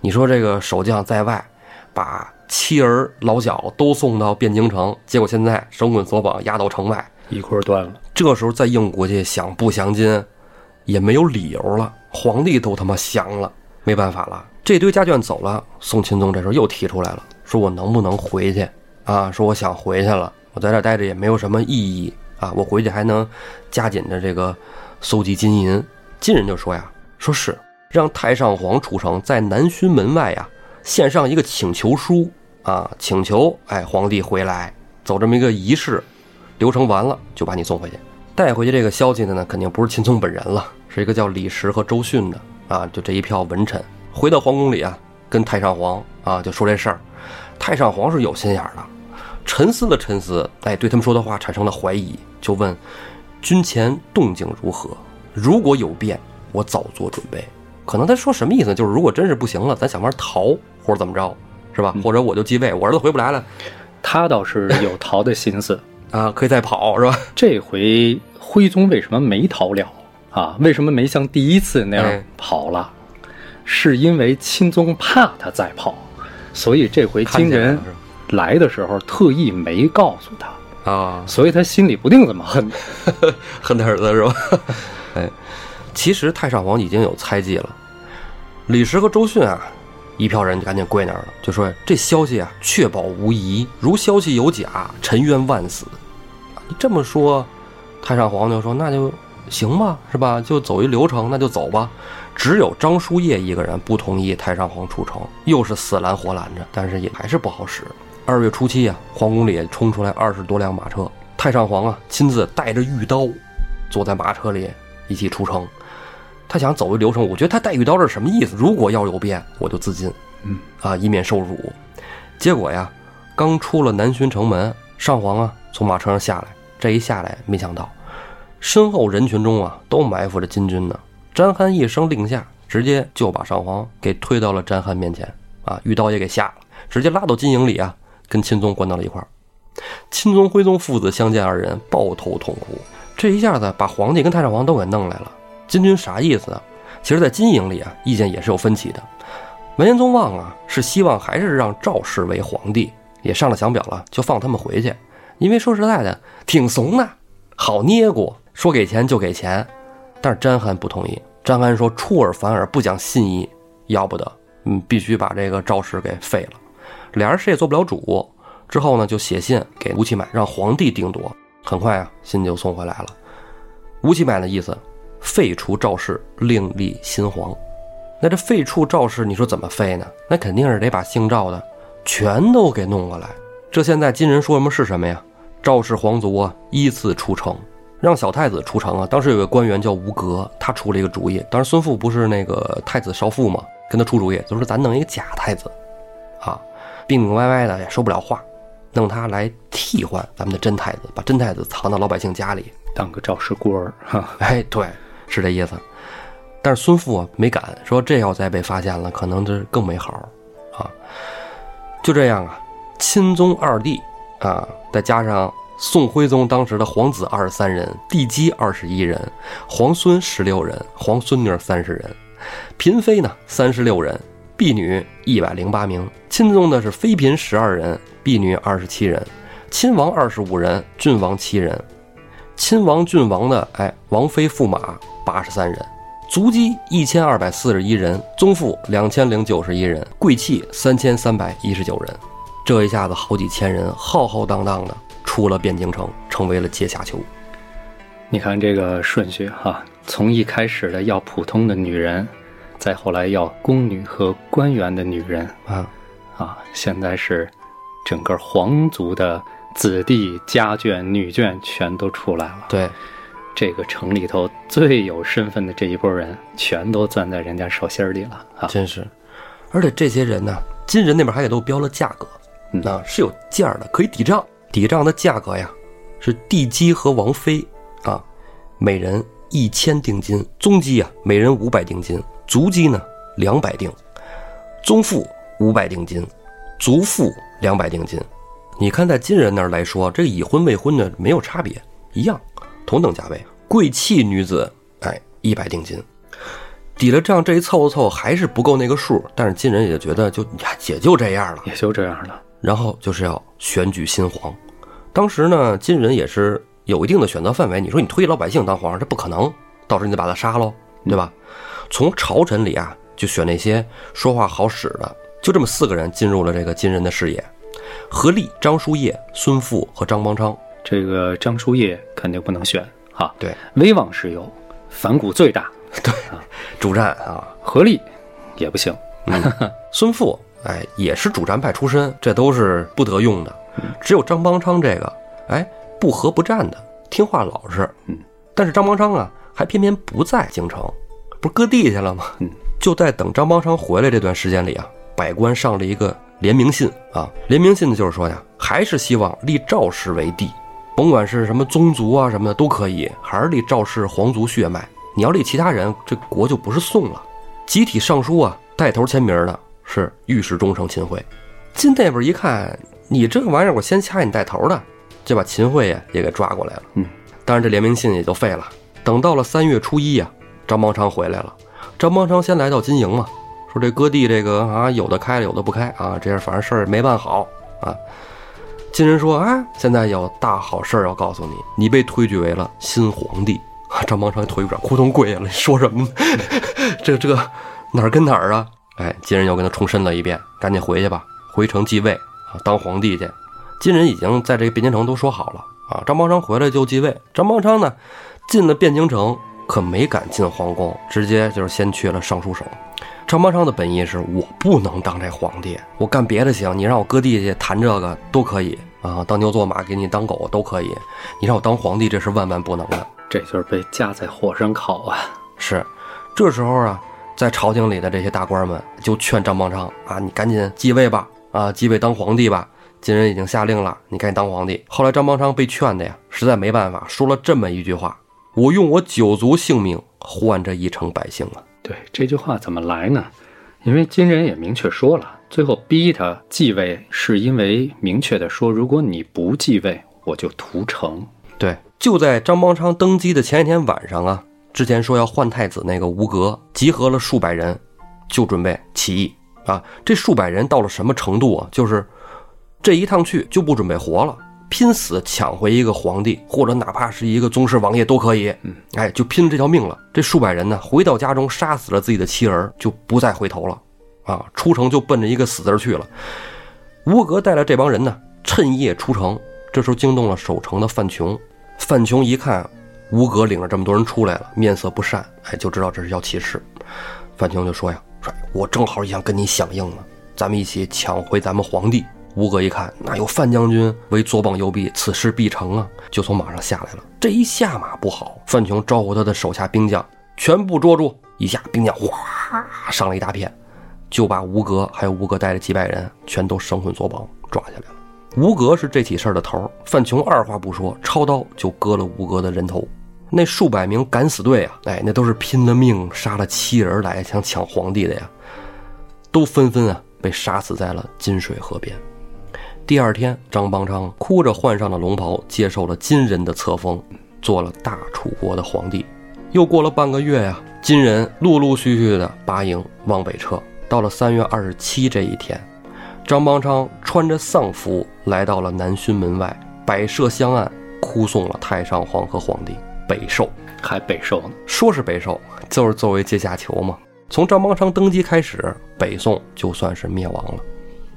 你说这个守将在外，把妻儿老小都送到汴京城，结果现在绳捆索绑押到城外，
一锅端了。
这时候再硬过去想不降金，也没有理由了。皇帝都他妈降了，没办法了。这堆家眷走了，宋钦宗这时候又提出来了，说我能不能回去啊？说我想回去了，我在这儿待着也没有什么意义啊。我回去还能加紧着这个搜集金银。金人就说呀，说是让太上皇出城，在南巡门外呀献上一个请求书啊，请求哎皇帝回来，走这么一个仪式。流程完了就把你送回去。带回去这个消息的呢，肯定不是秦宗本人了，是一个叫李石和周迅的啊，就这一票文臣。回到皇宫里啊，跟太上皇啊就说这事儿。太上皇是有心眼儿的，沉思了沉思，哎，对他们说的话产生了怀疑，就问军前动静如何？如果有变，我早做准备。可能他说什么意思？就是如果真是不行了，咱想法逃，或者怎么着，是吧？或者我就继位，我儿子回不来了
他倒是有逃的心 思。
啊，可以再跑，是吧？
这回徽宗为什么没逃了啊？为什么没像第一次那样
哎
跑了？是因为钦宗怕他再跑，所以这回
看
金
见了
人
是吧
来的时候特意没告诉他，
啊，
所以他心里不定怎么恨。
恨他儿子是吧？哎，其实太上皇已经有猜忌了。李石和周迅啊，一票人就赶紧跪那儿了，就说这消息啊，确保无疑，如消息有假，臣冤万死。啊你这么说，太上皇就说那就行吧，是吧？就走一流程，那就走吧。只有张叔夜一个人不同意太上皇出城，又是死拦活拦着，但是也还是不好使。二月初七啊，皇宫里冲出来二十多辆马车，太上皇啊亲自带着御刀，坐在马车里一起出城。他想走一流程，我觉得他带御刀这是什么意思？如果要有变，我就自尽，
嗯
啊，以免受辱。结果呀，刚出了南巡城门，上皇啊从马车上下来，这一下来，没想到身后人群中啊都埋伏着金军呢。詹憨一声令下，直接就把上皇给推到了詹憨面前啊，御刀也给下了，直接拉到金营里啊，跟钦宗关到了一块儿。钦宗、徽宗父子相见二人抱头痛哭，这一下子把皇帝跟太上皇都给弄来了。金军啥意思啊？其实，在金营里啊，意见也是有分歧的。完颜宗望啊，是希望还是让赵氏为皇帝，也上了降表了，就放他们回去。因为说实在的，挺怂的，好捏咕，说给钱就给钱。但是詹憨不同意，詹憨说出尔反尔，不讲信义，要不得，嗯，必须把这个赵氏给废了。俩人谁也做不了主。之后呢，就写信给吴乞买，让皇帝定夺。很快啊，信就送回来了。吴乞买的意思，废除赵氏，另立新皇。那这废黜赵氏，你说怎么废呢？那肯定是得把姓赵的全都给弄过来。这现在金人说什么是什么呀？赵氏皇族啊，依次出城，让小太子出城啊。当时有个官员叫吴格，他出了一个主意。当时孙富不是那个太子少傅嘛，跟他出主意，就说咱弄一个假太子，啊，病病歪歪的也说不了话，弄他来替换咱们的真太子，把真太子藏到老百姓家里。
当个赵氏孤儿哈，
哎，对，是这意思。但是孙富啊没敢说，这要再被发现了，可能这更没好啊。就这样啊，钦宗二帝啊，再加上宋徽宗当时的皇子二十三人，帝姬二十一人，皇孙十六人，皇孙女三十人，嫔妃呢三十六人，婢女一百零八名。钦宗呢是妃嫔十二人，婢女二十七人，亲王二十五人，郡王七人，亲王、郡王的，哎，王妃、驸马八十三人，足迹一千二百四十一人，宗父两千零九十一人，贵戚三千三百一十九人。这一下子好几千人浩浩荡荡的出了汴京城，成为了阶下囚。
你看这个顺序哈、从一开始的要普通的女人，再后来要宫女和官员的女人，
啊，
啊，现在是整个皇族的子弟、家眷、女眷全都出来了。
对，
这个城里头最有身份的这一波人，全都攥在人家手心儿里了啊！
真是。而且这些人呢，金人那边还给都标了价格，
嗯
那是有价儿的，可以抵账。抵账的价格呀，是帝姬和王妃啊，每人一千定金；宗姬啊，每人五百定金；族姬呢，两百定；宗父五百定金；族父两百定金；你看，在金人那儿来说，这个已婚未婚的没有差别，一样，同等价位。贵气女子，哎，一百定金。抵了账这一凑了凑，还是不够那个数，但是金人也觉得就呀也就这样了，
也就这样了。
然后就是要选举新皇。当时呢，金人也是有一定的选择范围。你说你推老百姓当皇上，这不可能，到时候你得把他杀喽，对吧？从朝臣里啊，就选那些说话好使的，就这么四个人进入了这个金人的视野：何立、张叔夜、孙富和张邦昌。
这个张叔夜肯定不能选哈，
对，
威望是有，反骨最大，
主战啊，
合力也不行。
孙富哎也是主战派出身，这都是不得用的。只有张邦昌这个哎不和不战的，听话老实。
嗯，
但是张邦昌啊，还偏偏不在京城，不是搁地下了吗？
嗯，
就在等张邦昌回来这段时间里啊，百官上了一个联名信啊，联名信呢就是说呀，还是希望立赵氏为帝，甭管是什么宗族啊什么的都可以，还是立赵氏皇族血脉。你要立其他人，这国就不是宋了。集体上书啊，带头签名的是御史中丞秦桧。进那边一看，你这个玩意儿，我先掐你带头的，就把秦桧呀也给抓过来了。
嗯，
当然这联名信也就废了。等到了三月初一呀、啊张邦昌回来了。张邦昌先来到金营嘛，说这割地这个啊，有的开了，有的不开啊，这样反正事儿没办好啊。金人说啊，现在有大好事儿要告诉你，你被推举为了新皇帝。 啊张邦昌腿软，扑通跪下了，说什么呢？ 这这哪儿跟哪儿啊？哎，金人又跟他重申了一遍，赶紧回去吧，回城继位啊，当皇帝去。金人已经在这个汴京城都说好了啊，张邦昌回来就继位。张邦昌呢，进了汴京城，可没敢进皇宫，直接就是先去了尚书省。张邦昌的本意是我不能当这皇帝，我干别的行，你让我搁地去谈这个都可以啊，当牛做马给你当狗都可以，你让我当皇帝这是万万不能的。
这就是被架在火上烤啊！
是，这时候啊，在朝廷里的这些大官们就劝张邦昌啊，你赶紧继位吧，啊，继位当皇帝吧。金人已经下令了，你赶紧当皇帝。后来张邦昌被劝的呀，实在没办法，说了这么一句话：“我用我九族性命换这一城百姓啊。
对这句话怎么来呢？因为金人也明确说了，最后逼他继位，是因为明确的说，如果你不继位，我就屠城。”
对，就在张邦昌登基的前一天晚上啊，之前说要换太子那个吴格集合了数百人，就准备起义啊。这数百人到了什么程度啊？就是这一趟去就不准备活了，拼死抢回一个皇帝，或者哪怕是一个宗室王爷都可以。嗯，哎，就拼这条命了。这数百人呢，回到家中杀死了自己的妻儿，就不再回头了，啊，出城就奔着一个死字儿去了。吴格带着这帮人呢，趁夜出城。这时候惊动了守城的范琼，范琼一看吴格领着这么多人出来了，面色不善，哎，就知道这是要起事。范琼就说呀：“说哎我正好也想跟你响应呢，咱们一起抢回咱们皇帝。”吴哥一看，那有范将军为左膀右臂，此事必成啊，就从马上下来了。这一下马不好，范琼招呼他的手下兵将全部捉住，一下兵将哗上了一大片，就把吴哥还有吴哥带着几百人全都生捆锁绑抓下来了。吴格是这起事儿的头儿，范琼二话不说，抄刀就割了吴格的人头。那数百名敢死队啊，哎，那都是拼了命杀了七人来想抢皇帝的呀，都纷纷啊被杀死在了金水河边。第二天，张邦昌哭着换上了龙袍，接受了金人的册封，做了大楚国的皇帝。又过了半个月呀、金人陆陆续续的拔营往北撤，到了三月二十七这一天，张邦昌穿着丧服来到了南薰门外，摆设香案，哭送了太上皇和皇帝北狩。
还北狩呢，
说是北狩，就是作为阶下囚嘛。从张邦昌登基开始，北宋就算是灭亡了。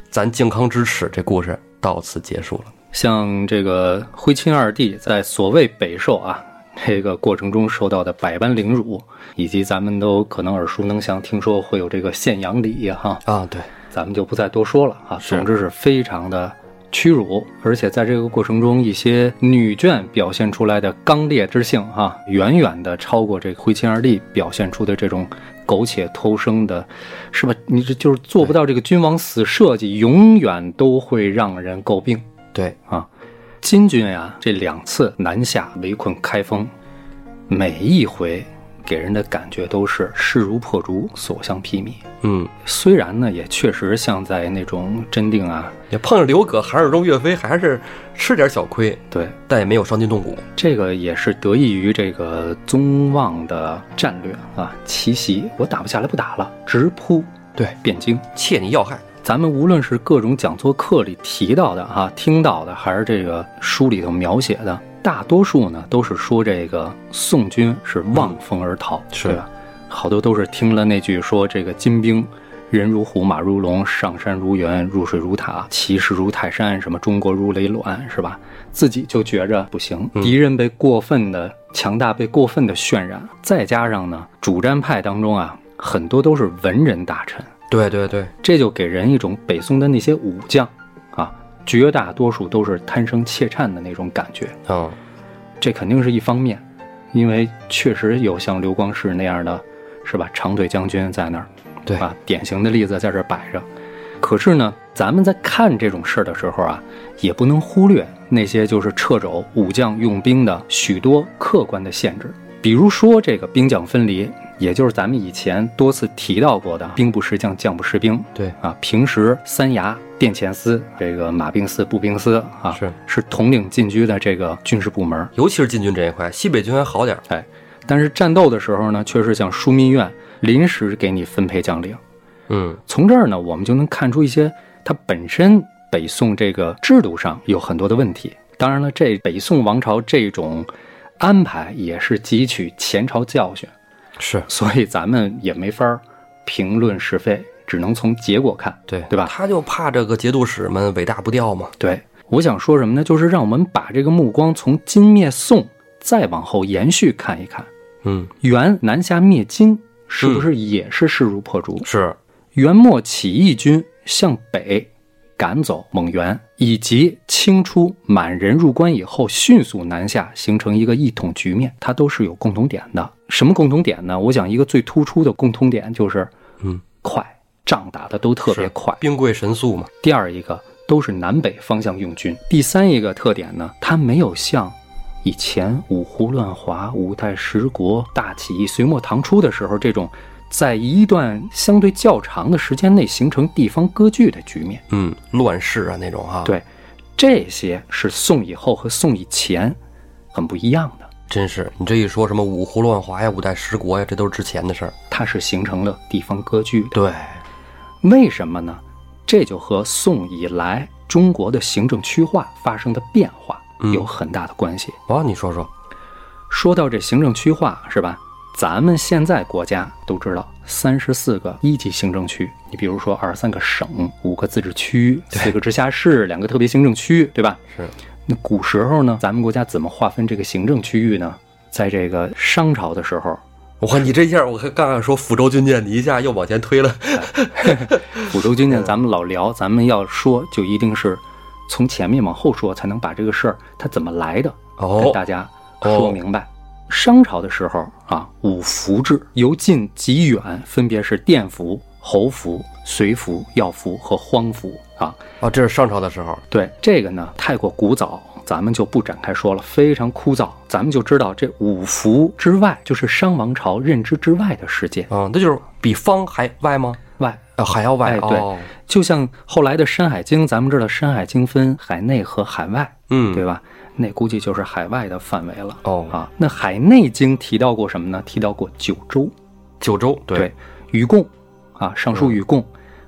咱靖康之耻这故事到此结束了。
像这个徽钦二帝在所谓北狩啊这个过程中受到的百般凌辱，以及咱们都可能耳熟能详，听说会有这个献羊礼哈、
啊，对，
咱们就不再多说了啊。
是
总之是非常的屈辱，而且在这个过程中，一些女眷表现出来的刚烈之性啊，远远的超过这个徽钦二帝表现出的这种苟且偷生的，是吧？你这就是做不到这个君王死社稷，永远都会让人诟病。
对，
啊，金军呀、这两次南下围困开封，每一回给人的感觉都是势如破竹，所向披靡。
嗯，
虽然呢，也确实像在那种真定啊，
也碰上刘葛、韩世忠、岳飞，还是吃点小亏，
对，
但也没有伤筋动骨。
这个也是得益于这个宗望的战略啊，奇袭，我打不下来不打了，直扑
对
汴京。
切你要害，
咱们无论是各种讲座课里提到的哈、听到的，还是这个书里头描写的，大多数呢都是说这个宋军是望风而逃，
是
对吧？好多都是听了那句说这个金兵。人如虎，马如龙，上山如猿，入水如塔，其势如泰山，什么中国如雷卵，是吧？自己就觉着不行，敌人被过分的强大，被过分的渲染，再加上呢，主战派当中啊，很多都是文人大臣，
对对对，
这就给人一种北宋的那些武将啊，绝大多数都是贪生怯颤的那种感觉。
嗯，
这肯定是一方面，因为确实有像刘光世那样的，是吧？长腿将军在那儿，
对
啊，典型的例子在这儿摆着。可是呢，咱们在看这种事儿的时候啊，也不能忽略那些就是掣肘武将用兵的许多客观的限制，比如说这个兵将分离，也就是咱们以前多次提到过的“兵不识将，将不识兵”。
对
啊，平时三衙、殿前司、这个马兵司、步兵司啊，
是
是统领禁军的这个军事部门。
尤其是禁军这一块，西北军还好点儿，
哎，但是战斗的时候呢，却是像枢密院临时给你分配将领。
嗯，
从这儿呢，我们就能看出一些它本身北宋这个制度上有很多的问题。当然了，这北宋王朝这种安排也是汲取前朝教训，
是
所以咱们也没法儿评论是非，只能从结果看，
对
对吧？
他就怕这个节度使们伟大不掉嘛，
对，我想说什么呢？就是让我们把这个目光从金灭宋再往后延续看一看，
嗯，
元南下灭金是不是也是势如破竹？
是，
元末起义军向北赶走蒙元，以及清初满人入关以后迅速南下，形成一个一统局面，它都是有共同点的。什么共同点呢？我想一个最突出的共同点就是，
嗯，
快，仗打的都特别
是
快。
兵贵神速嘛，
第二一个都是南北方向用军。第三一个特点呢，它没有像以前五胡乱华、五代十国大起义、隋末唐初的时候这种，在一段相对较长的时间内形成地方割据的局面。
嗯，乱世啊那种啊，，
对，这些是宋以后和宋以前很不一样的，
真是你这一说什么五胡乱华呀、五代十国呀，这都是之前的事儿，
它是形成了地方割据的。
对，
为什么呢？这就和宋以来中国的行政区划发生的变化有很大的关系。
啊，你说说，
说到这行政区划是吧？咱们现在国家都知道，三十四个一级行政区，你比如说二十三个省、五个自治区、四个直辖市、两个特别行政区，对吧？
是，
那古时候呢，咱们国家怎么划分这个行政区域呢？在这个商朝的时候，
我看你这一下，我刚刚说抚州军舰，你一下又往前推了，
五州军舰咱们老聊，咱们要说就一定是从前面往后说，才能把这个事儿它怎么来的
哦
跟大家说明白。商朝的时候啊，五服制由近及远分别是甸服、侯服、随服、药服和荒服啊。
啊，这是上朝的时候，
对这个呢，太过古早，咱们就不展开说了，非常枯燥。咱们就知道这五服之外，就是商王朝认知之外的世界
啊，那就是比方还外吗？
外。
啊，还要外
哎，对
哦，
就像后来的《山海经》，咱们知道《山海经》分海内和海外，
嗯，
对吧？那估计就是海外的范围了。
哦
啊，那《海内经》提到过什么呢？提到过九州，
九州，对，嗯
禹贡啊，《尚书·禹贡》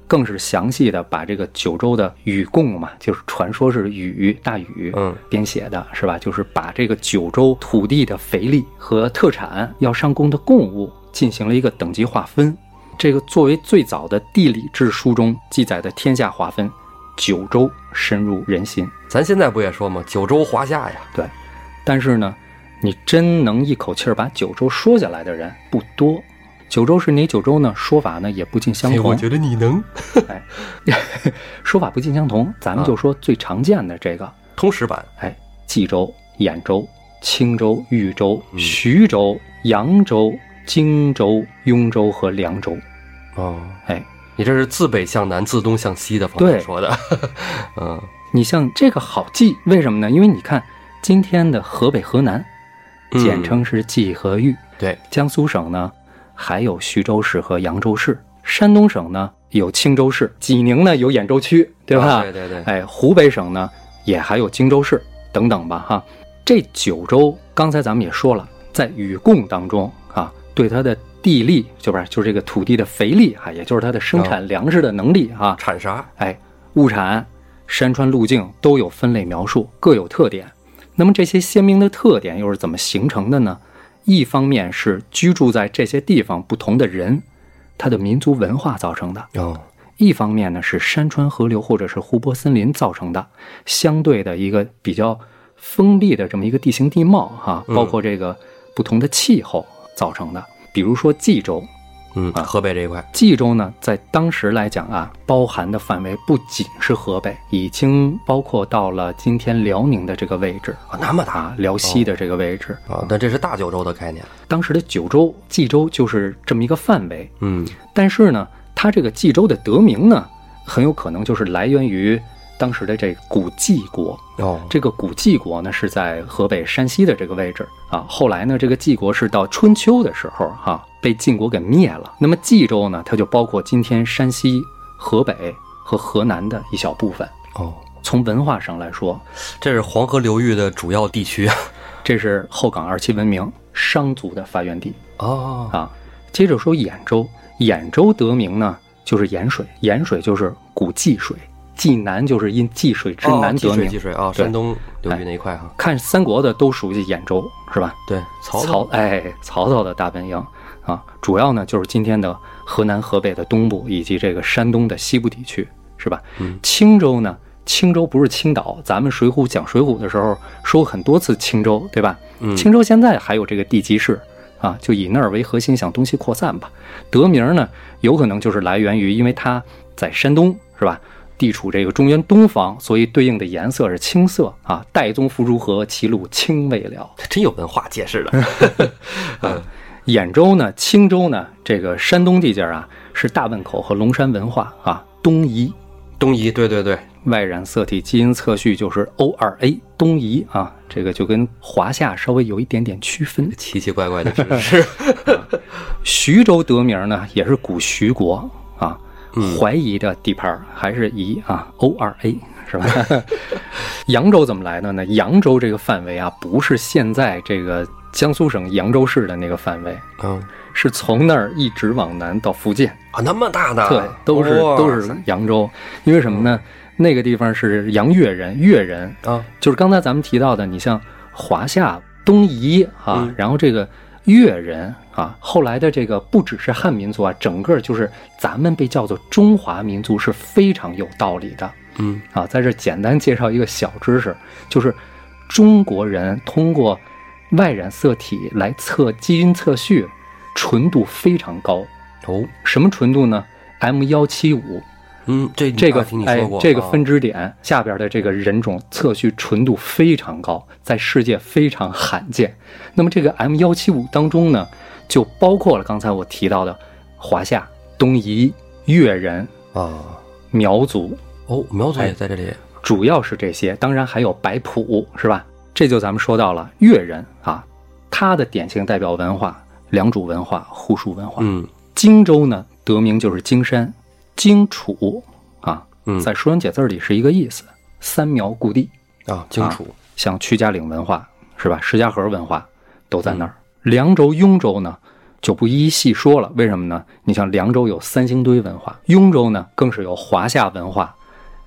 更是详细的把这个九州的禹贡嘛，就是传说是禹大禹
嗯
编写的，是吧？就是把这个九州土地的肥力和特产要上供的贡物进行了一个等级划分。这个作为最早的地理志书中记载的天下划分，九州深入人心。
咱现在不也说吗？九州华夏呀，
对，但是呢，你真能一口气儿把九州说下来的人不多。九州是哪九州呢？说法呢也不尽相
哎，我
同，
觉得你能
哎，说法不尽相同。咱们就说最常见的这个，
通史版，
哎，冀州、兖州、青州、豫州、徐州、扬州、荆州、雍州和凉州。
哦，
哎，
你这是自北向南，自东向西的方
对
式说的， 嗯，
你像这个好记，为什么呢？因为你看今天的河北、河南，
嗯
简称是冀和豫。
对，
江苏省呢，还有徐州市和扬州市，山东省呢有青州市，济宁呢有兖州区，对吧？
啊对对对，
哎，湖北省呢也还有荆州市等等吧，哈。这九州刚才咱们也说了，在与共当中啊，对它的地力，就不是就是这个土地的肥力啊，也就是它的生产粮食的能力啊，
产啥？
哎，物产、山川路径都有分类描述，各有特点。那么这些鲜明的特点又是怎么形成的呢？一方面是居住在这些地方不同的人，他的民族文化造成的；
哦，
一方面呢是山川河流或者是湖泊森林造成的，相对的一个比较封闭的这么一个地形地貌哈、
嗯
包括这个不同的气候造成的。比如说冀州，
嗯，
啊
河北这一块，
冀州呢，在当时来讲啊，包含的范围不仅是河北，已经包括到了今天辽宁的这个位置
啊那么大
啊，辽西的这个位置。
啊，但这是大九州的概念。
当时的九州、冀州就是这么一个范围，
嗯，
但是呢，它这个冀州的得名呢，很有可能就是来源于当时的这个古冀国。
哦，
这个古冀国呢是在河北、山西的这个位置啊。后来呢，这个冀国是到春秋的时候哈、被晋国给灭了。那么冀州呢，它就包括今天山西、河北和河南的一小部分。
哦，
从文化上来说，
这是黄河流域的主要地区。
这是后港二期文明商族的发源地。
哦，
啊。接着说兖州，兖州得名呢，就是盐水，盐水就是古济水，济南就是因济水之
哦
南
济
得
水
名。
济水啊，
对哎
山东流域那一块哈。
看三国的都熟悉兖州是吧？
对，曹操
曹哎，曹操的大本营啊，主要呢就是今天的河南、河北的东部以及这个山东的西部地区，是吧？
嗯
青州呢，青州不是青岛，咱们《水浒》讲《水浒》的时候说过很多次青州，对吧？
嗯
青州现在还有这个地级市啊，就以那儿为核心向东西扩散吧。得名呢，有可能就是来源于因为它在山东，是吧？地处这个中原东方，所以对应的颜色是青色啊。岱宗夫如何，歧路青未了。
真有文化解释
嗯
的。
兖州呢，青州呢，这个山东地界儿啊，是大汶口和龙山文化啊，东夷
东夷，对对对，
外染色体基因测序就是 O 二 A 东夷啊，这个就跟华夏稍微有一点点区分。
奇奇怪怪的知 识。
徐州得名呢，也是古徐国啊，怀疑的地盘儿还是夷啊，O 二 A 是吧？ 扬州怎么来的呢？扬州这个范围啊，不是现在这个江苏省扬州市的那个范围，
嗯
是从那儿一直往南到福建。
啊，那么大的，
对，都是
哇
都是扬州，因为什么呢？那个地方是扬越人，越人
啊，
就是刚才咱们提到的，你像华夏、东夷啊，然后这个越人啊，后来的这个不只是汉民族啊，整个就是咱们被叫做中华民族是非常有道理的
嗯
啊。在这简单介绍一个小知识，就是中国人通过外染色体来测基因测序，纯度非常高。
哦，
什么纯度呢？M 幺七五
嗯，这
这个
啊听你
哎
说过，
这个
啊
分支点下边的这个人种测序纯度非常高，在世界非常罕见。那么这个 M 幺七五当中呢，就包括了刚才我提到的华夏、东夷、越人、
啊，
苗族，
哦，苗族也
哎
在这里，
主要是这些，当然还有白朴，是吧？这就咱们说到了越人啊，他的典型代表文化良渚文化、户枢文化。
嗯
荆州呢，得名就是荆山，荆楚啊，
嗯
在《说文解字》里是一个意思。三苗故地，
啊，荆楚
像屈家岭文化是吧？石家河文化都在那儿。凉州、雍州呢，就不一一细说了。为什么呢？你像凉州有三星堆文化，雍州呢更是有华夏文化、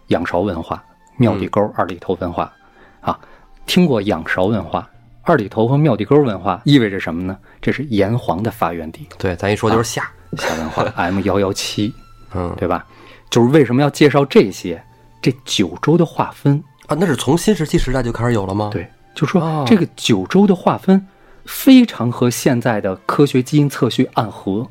仰韶文化、庙地沟、二里头文化。啊，听过仰韶文化、二里头和庙地沟文化意味着什么呢？这是炎黄的发源地，
对，咱一说就是
啊
夏，
夏文化 M 幺幺七。
嗯
对吧？就是为什么要介绍这些？这九州的划分，
啊，那是从新石器时代就开始有了吗？，
对，就说
哦
这个九州的划分非常和现在的科学基因测序暗合。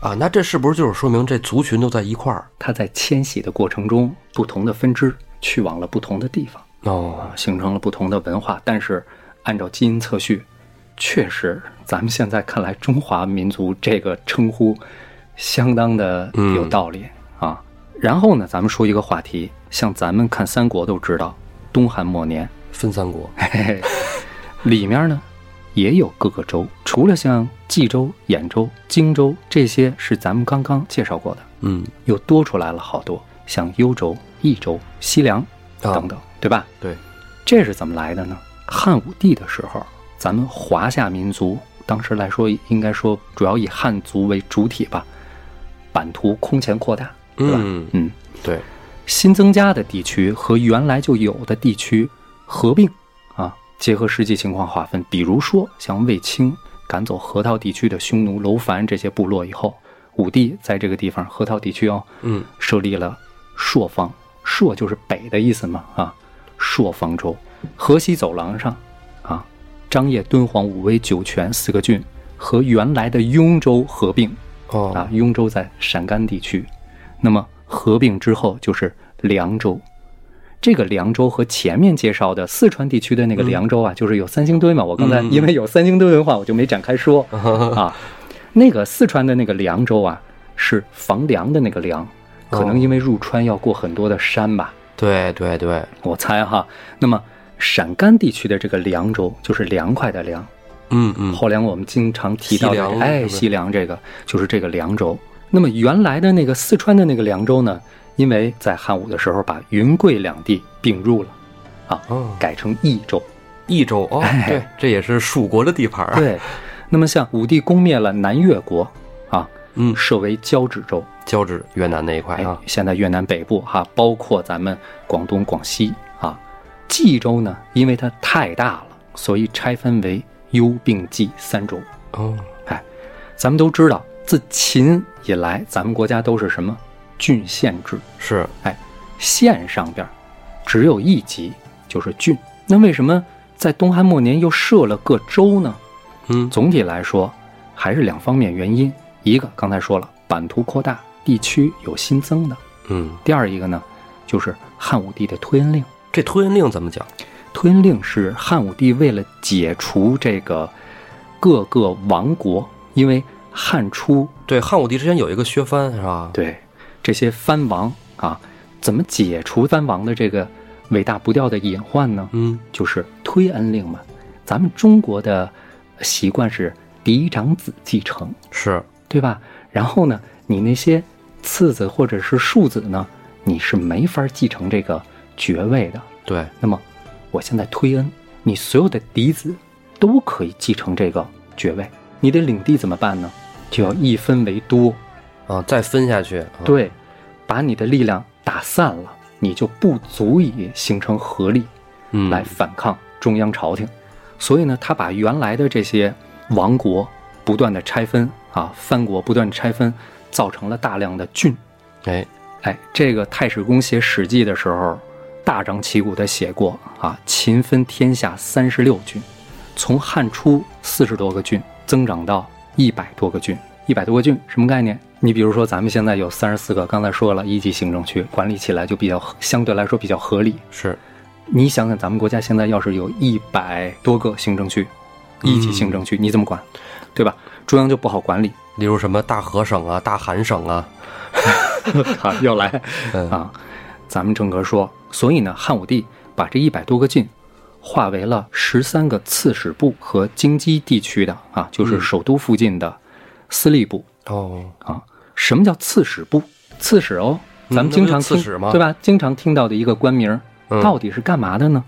啊，那这是不是就是说明这族群都在一块儿？
它在迁徙的过程中，不同的分支去往了不同的地方，
哦，
形成了不同的文化。但是，按照基因测序，确实咱们现在看来，中华民族这个称呼相当的有道理、啊。然后呢，咱们说一个话题，像咱们看三国都知道，东汉末年，
分三国
嘿嘿，里面呢也有各个州，除了像冀州、兖州、荆州这些是咱们刚刚介绍过的，
嗯，
又多出来了好多，像幽州、益州、西凉
啊
等等，对吧？
对，
这是怎么来的呢？汉武帝的时候，咱们华夏民族当时来说，应该说主要以汉族为主体吧，版图空前扩大，对吧？
嗯
嗯，
对，
新增加的地区和原来就有的地区合并啊，结合实际情况划分。比如说，像卫青赶走河套地区的匈奴、楼烦这些部落以后，武帝在这个地方河套地区哦，
嗯，
设立了朔方，朔就是北的意思嘛啊，朔方州，河西走廊上啊，张掖、敦煌、武威、酒泉四个郡和原来的雍州合并，
哦，
啊，雍州在陕甘地区，那么合并之后就是凉州。这个凉州和前面介绍的四川地区的那个凉州啊，就是有三星堆嘛。我刚才因为有三星堆文化，我就没展开说啊。那个四川的那个凉州啊，是房梁的那个梁，
哦
可能因为入川要过很多的山吧，
对对对，
我猜哈。那么陕甘地区的这个凉州，就是凉快的凉，
嗯嗯，
后梁我们经常提到
西
的，
凉是
哎，
不是
西凉这个就是这个凉州。那么原来的那个四川的那个凉州呢，因为在汉武的时候把云贵两地并入了，啊，
哦，
改成益州。
益州哦，
哎
对，这也是蜀国的地盘啊，
对，那么像武帝攻灭了南越国，啊，
嗯
设为交趾州。
交趾越南那一块
哎
啊，，
现在越南北部哈、包括咱们广东、广西啊，冀州呢，因为它太大了，所以拆分为幽、并、冀三州。
哦，
哎，咱们都知道，自秦以来，咱们国家都是什么郡县制？
是，
哎，县上边儿只有一级，就是郡。那为什么在东汉末年又设了个州呢？
嗯
总体来说，还是两方面原因：一个刚才说了，版图扩大，地区有新增的；
嗯，
第二一个呢，就是汉武帝的推恩令。
这推恩令怎么讲？
推恩令是汉武帝为了解除这个各个王国，因为汉初
对，汉武帝之前有一个削藩是吧？
对这些藩王啊，怎么解除藩王的这个伟大不掉的隐患呢？
嗯，
就是推恩令嘛。咱们中国的习惯是嫡长子继承，
是，
对吧？然后呢，你那些次子或者是庶子呢，你是没法继承这个爵位的。
对，
那么，我现在推恩，你所有的嫡子都可以继承这个爵位。你的领地怎么办呢？就要一分为多，
啊，再分下去，啊，
对，把你的力量打散了，你就不足以形成合力
嗯，
来，反抗中央朝廷。所以呢，他把原来的这些王国不断的拆分啊，藩国不断地拆分，造成了大量的郡。
哎，
哎，这个太史公写《史记》的时候，大张旗鼓地写过啊，秦分天下三十六郡，从汉初四十多个郡增长到一百多个郡。一百多个郡什么概念？你比如说，咱们现在有三十四个，刚才说了一级行政区，管理起来就比较合相对来说比较合理。
是，
你想想，咱们国家现在要是有一百多个行政区，一级行政区，你怎么管？对吧？中央就不好管理。
例如什么大河省啊、大韩省啊，
啊，要来
嗯
啊！咱们正格说，所以呢，汉武帝把这一百多个郡划为了十三个刺史部和京畿地区的
嗯
啊，就是首都附近的司吏部
哦，
啊。什么叫刺史部？刺史哦，咱们
嗯
经常
那不就刺
听、
史吗
对吧？经常听到的一个官名儿，
嗯
到底是干嘛的呢？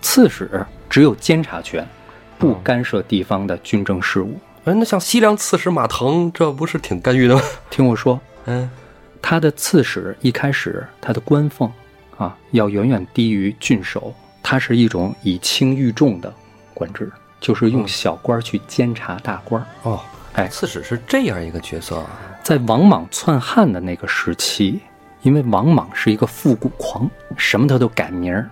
刺史只有监察权，
嗯
不干涉地方的军政事务。
哎，那像西凉刺史马腾，这不是挺干预的吗？
听我说，
嗯，
他的刺史一开始他的官俸啊，要远远低于郡守，它是一种以轻御重的官制，就是用小官儿去监察大官儿。
哦，
哎
刺史是这样一个角色 啊，
在王莽篡汉的那个时期，因为王莽是一个复古狂，什么他都改名儿，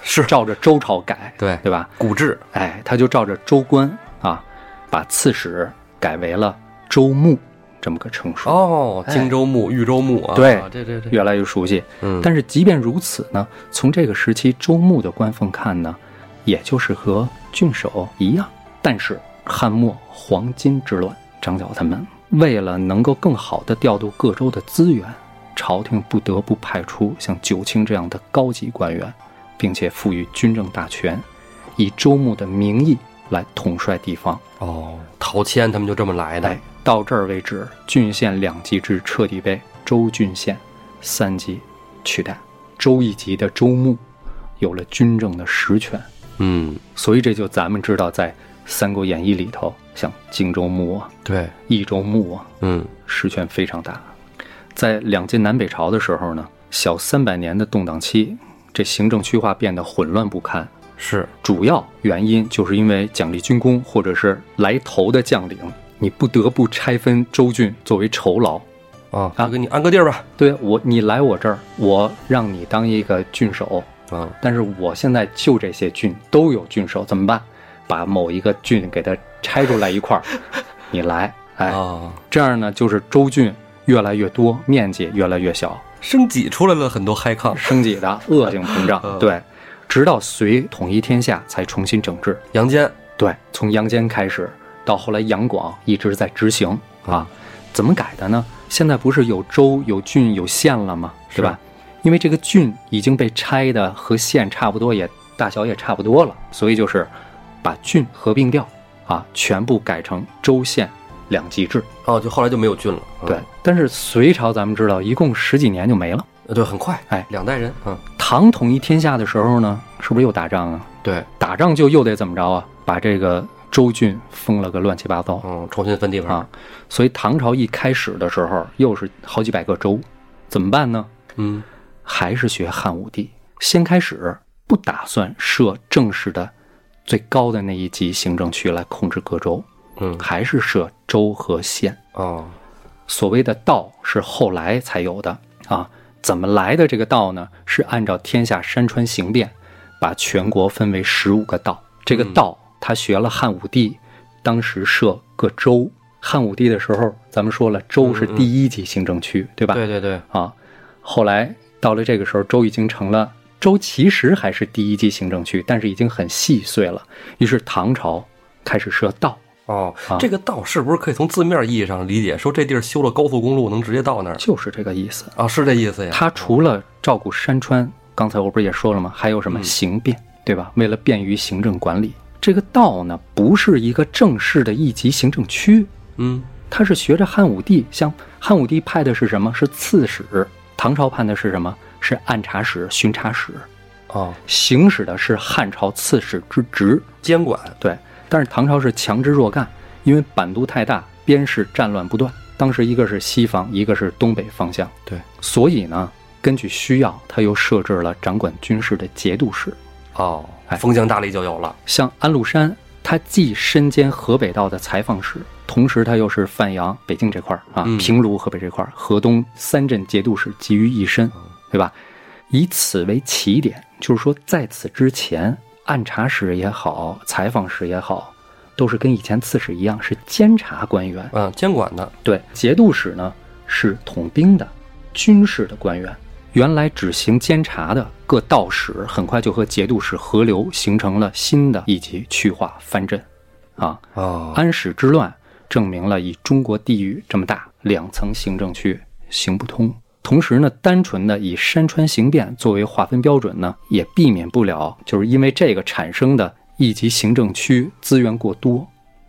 是
照着周朝改，
对
对吧？
古制，
哎，他就照着州官啊，把刺史改为了州牧这么个称数。
哦，荆州牧、豫州牧啊，
哎对
啊这这这，
越来越熟悉。
嗯
但是即便如此呢，从这个时期周穆的官俸看呢，也就是和郡守一样。但是汉末黄巾之乱，张角他们为了能够更好的调度各州的资源，朝廷不得不派出像九卿这样的高级官员，并且赋予军政大权，以周穆的名义来统帅地方。
哦，陶谦他们就这么来的。
哎，到这儿为止，郡县两级制彻底被州郡县三级取代，州一级的州牧有了军政的实权。
嗯，
所以这就咱们知道，在《三国演义》里头，像荆州牧啊、
对，
益州牧啊，
嗯
实权非常大。在两晋南北朝的时候呢，小三百年的动荡期，这行政区划变得混乱不堪。
是，
主要原因就是因为奖励军功或者是来头的将领，你不得不拆分州郡作为酬劳。
啊，就给你安个地儿吧。
对我，你来我这儿，我让你当一个郡守，
啊，
但是我现在就这些郡都有郡守，怎么办？把某一个郡给它拆出来一块儿，你来，哎，
啊，
这样呢，就是州郡越来越多，面积越来越小，
升级出来了很多嗨抗。
升级的恶性膨胀
嗯，
对，直到隋统一天下才重新整治。
杨坚，
对，从杨坚开始，到后来杨广一直在执行啊。怎么改的呢？现在不是有州、有郡、有县了吗？对吧？因为这个郡已经被拆的和县差不多也，大小也差不多了，所以就是把郡合并掉啊，全部改成州县两级制。
哦，就后来就没有郡了。嗯
对，，但是隋朝咱们知道，一共十几年就没了。
呃对，很快，
哎
两代人，嗯，
唐统一天下的时候呢，是不是又打仗啊？
对，
打仗就又得怎么着啊？把这个州郡封了个乱七八糟。
嗯，重新分地方
啊，所以唐朝一开始的时候，又是好几百个州，怎么办呢？
嗯，
还是学汉武帝，先开始不打算设正式的最高的那一级行政区来控制各州，
嗯
还是设州和县。
哦，
所谓的道是后来才有的啊，怎么来的这个道呢？是按照天下山川形变，把全国分为十五个道。这个道，他学了汉武帝，当时设各州。汉武帝的时候，咱们说了，州是第一级行政区，对吧？
对对对，
啊，后来到了这个时候，州已经成了州，其实还是第一级行政区，但是已经很细碎了。于是唐朝开始设道，
哦，
啊
这个道是不是可以从字面意义上理解，说这地儿修了高速公路能直接到那儿？
就是这个意思。
啊，是这意思呀？
它除了照顾山川，刚才我不是也说了吗？还有什么刑变，对吧？为了便于行政管理，这个道呢不是一个正式的一级行政区，
嗯，
它是学着汉武帝，像汉武帝派的是什么？是刺史，唐朝派的是什么？是按察使、巡察使，
哦，
行使的是汉朝刺史之职。
监管，
对，但是唐朝是强之若干，因为版图太大，边事战乱不断。当时一个是西方，一个是东北方向，
对，
所以呢，根据需要，他又设置了掌管军事的节度使。
哦
哎，
封疆大吏就有了，
像安禄山，他既身兼河北道的采访使，同时他又是范阳、北京这块儿啊
嗯，
平卢、河北这块儿、河东三镇节度使集于一身，对吧？以此为起点，就是说，在此之前，按察使也好，采访使也好，都是跟以前刺史一样，是监察官员。
嗯，监管的，
对，节度使呢是统兵的军事的官员，原来只行监察的各道使，很快就和节度使合流，形成了新的一级区划藩镇。啊，
哦，
安史之乱证明了以中国地域这么大两层行政区行不通。同时呢，单纯的以山川形变作为划分标准呢，也避免不了就是因为这个产生的一级行政区资源过多、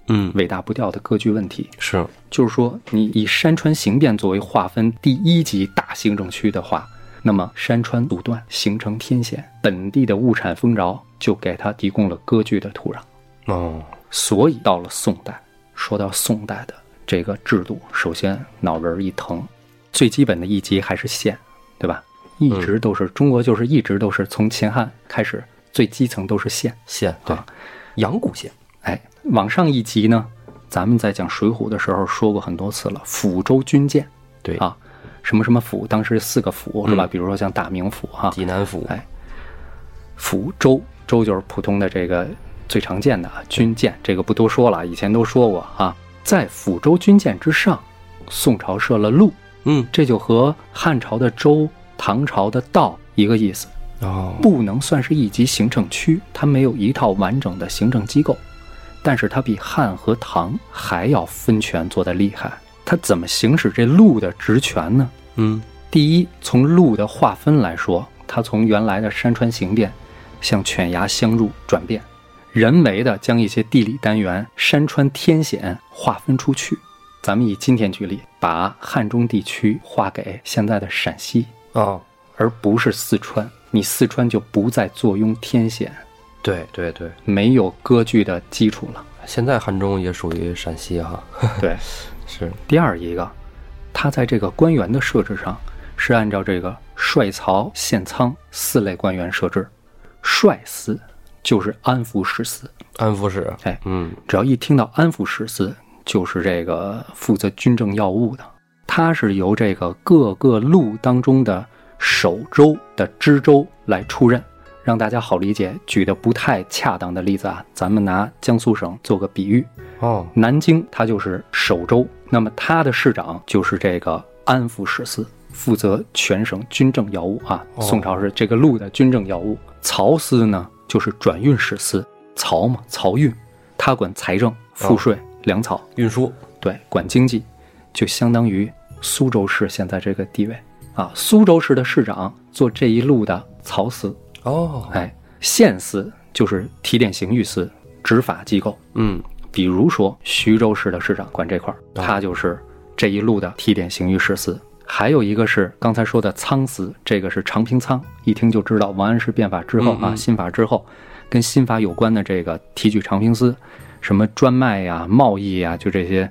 嗯，
尾大不掉的割据问题。
是，
就是说，你以山川形变作为划分第一级大行政区的话，那么山川阻断形成天险，本地的物产丰饶就给它提供了割据的土壤。
哦，
所以到了宋代，说到宋代的这个制度，首先脑仁儿一疼，最基本的一级还是县，对吧？一直都是、中国，就是一直都是从秦汉开始，最基层都是县。
县，对
啊，
阳谷县，
哎，往上一级呢，咱们在讲《水浒》的时候说过很多次了，抚州军舰
对，
啊，什么什么府，当时四个府是吧？比如说像大名府哈、
济南府，
哎府州州就是普通的这个最常见的啊军舰，这个不多说了，以前都说过啊。在府州军舰之上，宋朝设了路，
嗯，
这就和汉朝的州、唐朝的道一个意思，
哦，
不能算是一级行政区，它没有一套完整的行政机构，但是它比汉和唐还要分权做得厉害。它怎么行使这路的职权呢？
嗯，
第一，从路的划分来说，它从原来的山川形变向犬牙相入转变，人为的将一些地理单元山川天险划分出去。咱们以今天举例，把汉中地区划给现在的陕西，
啊，
而不是四川。你四川就不再坐拥天险，
对对对，
没有割据的基础了。
现在汉中也属于陕西哈，
对，
是
第二一个，它在这个官员的设置上是按照这个帅曹、县仓四类官员设置。帅司就是安抚使司，
安抚使，
哎，
嗯
只要一听到安抚使司，就是这个负责军政要务的。它是由这个各个路当中的守州的知州来出任，让大家好理解。举的不太恰当的例子啊，咱们拿江苏省做个比喻，
哦
南京它就是首州，那么它的市长就是这个安抚使司，负责全省军政要务啊。
哦
宋朝是这个路的军政要务。啊漕司呢就是转运使司，漕嘛漕运，他管财政、赋税、粮草，
运输，
对，管经济，就相当于苏州市现在这个地位啊。苏州市的市长做这一路的漕司，
哦，
哎，县司就是提点刑狱司，执法机构。
嗯
比如说徐州市的市长管这块儿，
啊
他就是这一路的提点刑狱十司。还有一个是刚才说的仓司，这个是常平仓，一听就知道王安石变法之后啊，新法之后，跟新法有关的这个提举常平司，什么专卖呀、贸易呀，就这些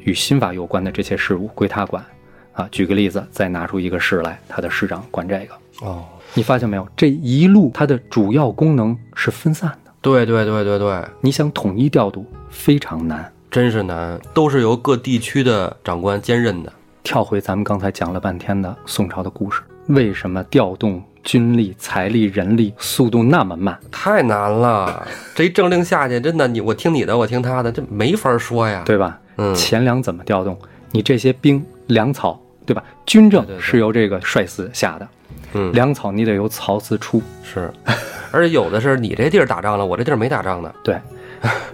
与新法有关的这些事务归他管。啊，举个例子，再拿出一个市来，他的市长管这个。
哦，
你发现没有？这一路它的主要功能是分散的，
对对对对对，
你想统一调度非常难。
真是难，都是由各地区的长官兼任的，
跳回咱们刚才讲了半天的宋朝的故事，为什么调动军力、财力、人力速度那么慢？
太难了。 这一政令下去，真的你我听你的，我听他的，这没法说呀。，
对吧？
嗯
钱粮怎么调动？你这些兵、粮草，对吧？军政
对对
是由这个帅司下的，
嗯
粮草你得由曹司出。
是，而且有的是你这地儿打仗了，我这地儿没打仗呢。
对，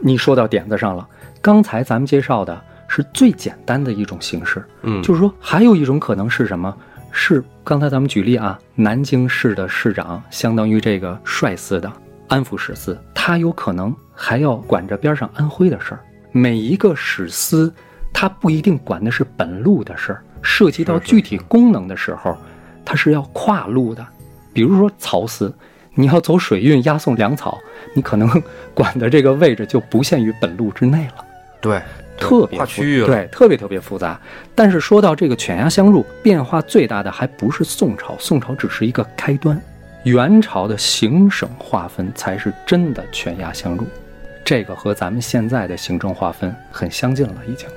你说到点子上了。刚才咱们介绍的是最简单的一种形式，
嗯，
就是说，还有一种可能是什么？是刚才咱们举例啊，南京市的市长相当于这个帅司的安抚使司，他有可能还要管着边上安徽的事儿。每一个使司，他不一定管的是本路的事儿，涉及到
是是
具体功能的时候，它是要跨路的。比如说漕司，你要走水运押送粮草，你可能管的这个位置就不限于本路之内了。
对，
特别
跨
复
区域了
对，特别特别复杂。但是说到这个犬牙相入，变化最大的还不是宋朝，宋朝只是一个开端，元朝的行省划分才是真的犬牙相入，这个和咱们现在的行政划分很相近了，已经。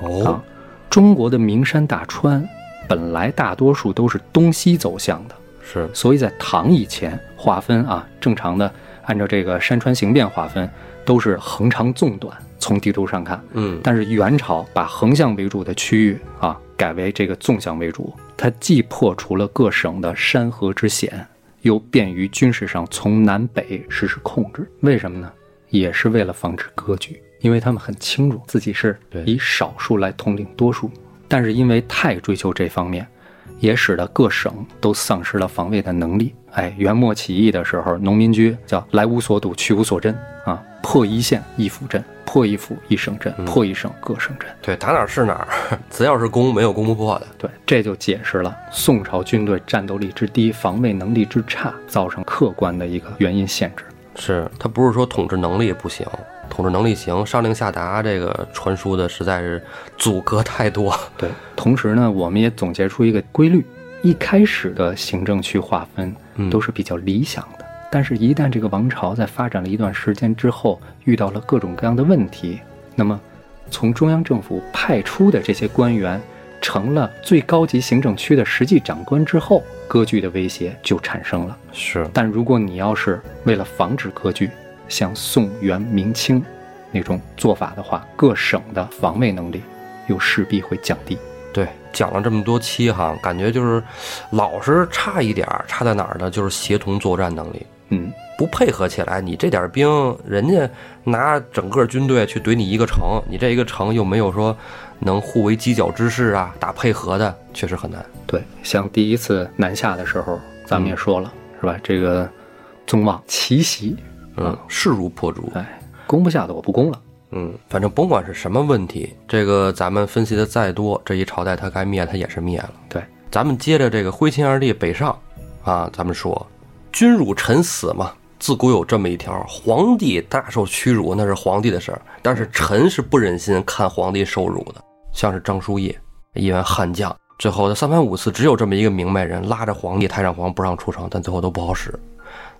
啊
哦，，
中国的名山大川本来大多数都是东西走向的，
是，
所以在唐以前划分啊，正常的按照这个山川形变划分都是横长纵短，从地图上看。
嗯，
但是元朝把横向为主的区域啊改为这个纵向为主，它既破除了各省的山河之险，又便于军事上从南北实施控制。为什么呢？也是为了防止割据，因为他们很清楚自己是
对
以少数来统领多数，但是因为太追求这方面，也使得各省都丧失了防卫的能力。哎，元末起义的时候，农民军叫来无所堵，去无所镇啊，破一县一府镇，破一府一省镇，破一省各省镇。
对，打哪儿是哪儿， 只要是攻，没有攻不破的。
对，这就解释了宋朝军队战斗力之低、防卫能力之差，造成客观的一个原因限制。
是他不是说统治能力不行，统治能力行，上令下达这个传输的实在是阻隔太多。
对，同时呢，我们也总结出一个规律：一开始的行政区划分
嗯
都是比较理想的，但是，一旦这个王朝在发展了一段时间之后，遇到了各种各样的问题，那么从中央政府派出的这些官员成了最高级行政区的实际长官之后，割据的威胁就产生了。
是，
但如果你要是为了防止割据，像宋元明清那种做法的话，各省的防卫能力又势必会降低。
对，讲了这么多期哈，感觉就是老是差一点儿，差在哪儿呢？就是协同作战能力
嗯，
不配合起来。你这点儿兵，人家拿整个军队去怼你一个城，你这一个城又没有说能互为犄角之势啊，打配合的确实很难。
对，像第
嗯
一次南下的时候，咱们也说了，是吧？这个宗望奇袭
嗯，势如破竹。
哎，攻不下的我不攻了。
嗯，反正甭管是什么问题，这个咱们分析的再多，这一朝代它该灭，它也是灭了。
对，
咱们接着这个徽钦二帝北上啊，咱们说，君辱臣死嘛，自古有这么一条，皇帝大受屈辱那是皇帝的事儿，但是臣是不忍心看皇帝受辱的，像是张叔夜一员悍将，最后他三番五次只有这么一个明白人拉着皇帝、太上皇不让出城，但最后都不好使，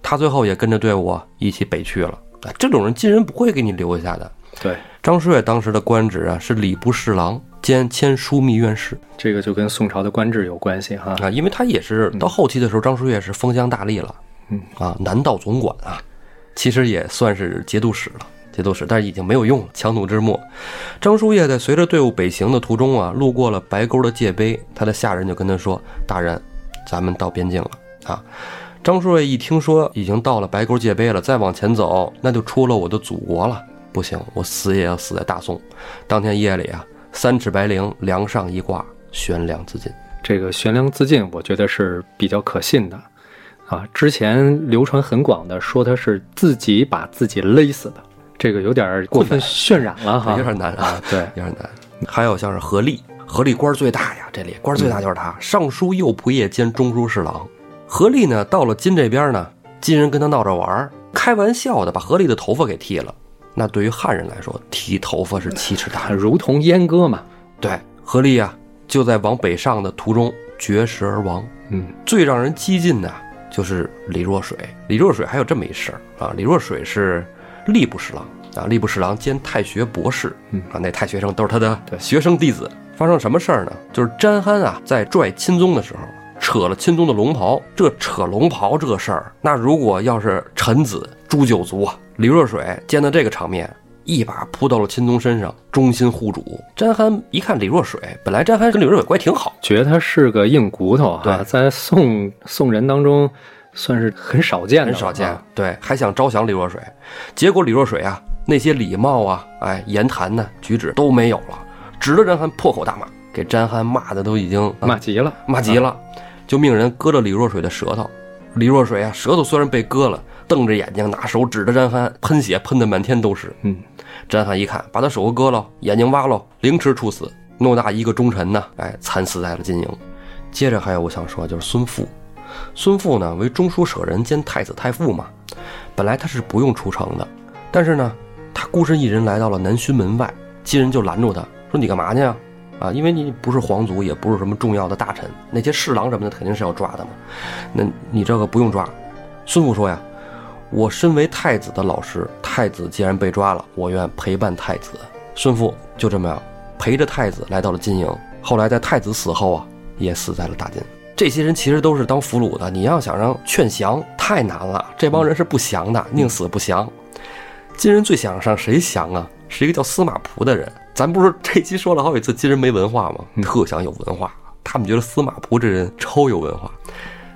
他最后也跟着队伍一起北去了。啊这种人金人不会给你留下的。
对，
张师岳当时的官职啊是礼部侍郎兼签枢密院事
这个就跟宋朝的官制有关系哈。
啊，因为他也是到后期的时候，张师岳是封疆大吏了，
嗯
啊，南道总管啊，其实也算是节度使了，节度使，但是已经没有用了，强弩之末。张叔夜在随着队伍北行的途中啊，路过了白沟的界碑，他的下人就跟他说：“大人，咱们到边境了啊。”张叔夜一听说已经到了白沟界碑了，再往前走，那就出了我的祖国了。不行，我死也要死在大宋。当天夜里啊，三尺白绫梁上一挂，悬梁自尽。
这个悬梁自尽，我觉得是比较可信的啊。之前流传很广的说他是自己把自己勒死的，这个有点儿过分渲染了哈
有。点难啊，
对
有点难。还有像是何力，何力官儿最大呀，这里官儿最大就是他，尚书右仆射兼中书侍郎。何力呢，到了金这边呢，金人跟他闹着玩儿，开玩笑的把何力的头发给剃了。那对于汉人来说，剃头发是奇 耻大
啊
辱。
如同阉割嘛，
对，何力啊，就在往北上的途中绝食而亡。
嗯，
最让人激进的就是李若水。李若水还有这么一事儿啊，李若水是吏部侍郎啊，吏部侍郎兼太学博士，
嗯
啊，那太学生都是他的
对
学生弟子。发生什么事儿呢？就是詹憨啊，在拽钦宗的时候。扯了钦宗的龙袍，这扯龙袍这事儿，那如果要是臣子诛九族啊，李若水见到这个场面，一把扑到了钦宗身上，忠心护主。詹憨一看李若水，本来詹憨跟李若水关系挺好，
觉得他是个硬骨头哈，
对
在宋宋人当中算是很少见的
很
了啊，
少见。对，还想招降李若水，结果李若水啊，那些礼貌啊，哎，言谈呢、举止都没有了，指着詹憨破口大骂，给詹憨骂的都已经啊
骂急了，
骂急了，就命人割了李若水的舌头。李若水啊，舌头虽然被割了，瞪着眼睛，拿手指着詹憨，喷血喷的满天都是。
嗯，
詹翰一看，把他手给割了，眼睛挖了，凌迟处死。偌大一个忠臣呢，哎，惨死在了金营。接着还有我想说，就是孙富，孙富呢为中书舍人兼太子太傅嘛，本来他是不用出城的，但是呢，他孤身一人来到了南薰门外，金人就拦住他说：“你干嘛去啊？啊，因为你不是皇族，也不是什么重要的大臣，那些侍郎什么的肯定是要抓的嘛。那你这个不用抓。”孙富说呀：“我身为太子的老师，太子既然被抓了，我愿陪伴太子。孙父就这么样陪着太子来到了金营，后来在太子死后啊，也死在了大金。这些人其实都是当俘虏的，你要想让劝降太难了，这帮人是不降的，宁死不降。金人最想让谁降啊？是一个叫司马仆的人。咱不是这期说了好几次金人没文化吗？特想有文化，他们觉得司马仆这人超有文化。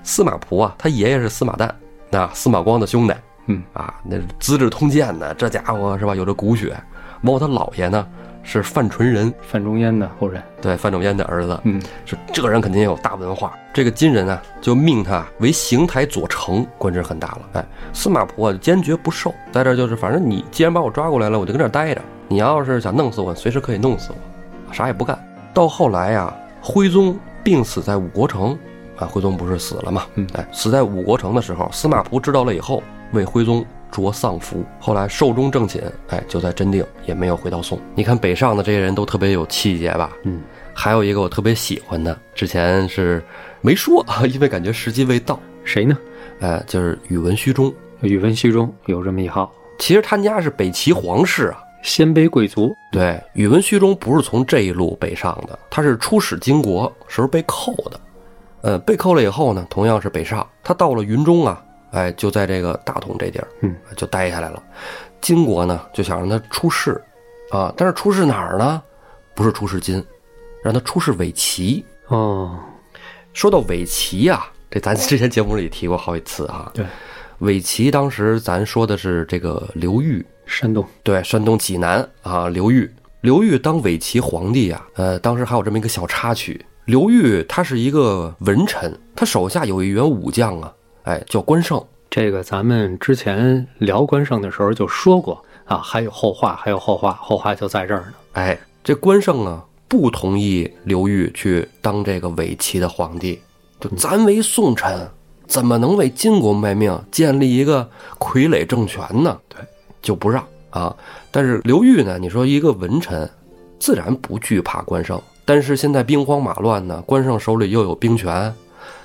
司马仆啊，他爷爷是司马旦，那司马光的兄弟，
嗯
啊，那《资治通鉴》呢，这家伙是吧，有着骨血。包括他姥爷呢，是范纯仁，
范仲淹的后人，
对，范仲淹的儿子，
嗯，
是这个人肯定有大文化。这个金人啊，就命他为邢台左丞，官职很大了。哎，司马仆啊，坚决不受，在这儿就是，反正你既然把我抓过来了，我就跟这儿待着。你要是想弄死我，随时可以弄死我，啥也不干。到后来呀、徽宗病死在五国城，啊，徽宗不是死了嘛？
嗯
哎，死在五国城的时候，司马仆知道了以后，为徽宗着丧服。后来寿终正寝，哎，就在真定，也没有回到宋。你看北上的这些人都特别有气节吧？
嗯，
还有一个我特别喜欢的，之前是没说 啊，因为感觉时机未到。
谁呢？
哎，就是宇文虚中，
宇文虚中有这么一号，
其实他家是北齐皇室啊。
鲜卑贵族，
对，宇文虚中不是从这一路北上的，他是出使金国时候被扣的。呃，被扣了以后呢，同样是北上，他到了云中啊，哎，就在这个大同这地儿，呃
嗯，
就待下来了。金国呢，就想让他出仕，啊，但是出仕哪儿呢？不是出仕金，让他出仕伪齐。
哦，
说到伪齐呀、这咱之前节目里提过好几次啊。
对，
伪齐当时咱说的是这个刘裕，
山东，
对，山东济南啊，刘裕，刘裕当伪齐皇帝呀、呃，当时还有这么一个小插曲，刘裕他是一个文臣，他手下有一员武将啊，哎，叫关胜。
这个咱们之前聊关胜的时候就说过啊，还有后话，还有后话，后话就在这儿呢。
哎，这关胜啊不同意刘裕去当这个伪齐的皇帝，就咱为宋臣，怎么能为金国卖命，建立一个傀儡政权呢？
对，
就不让啊。但是刘裕呢，你说一个文臣，自然不惧怕关胜。但是现在兵荒马乱呢，关胜手里又有兵权，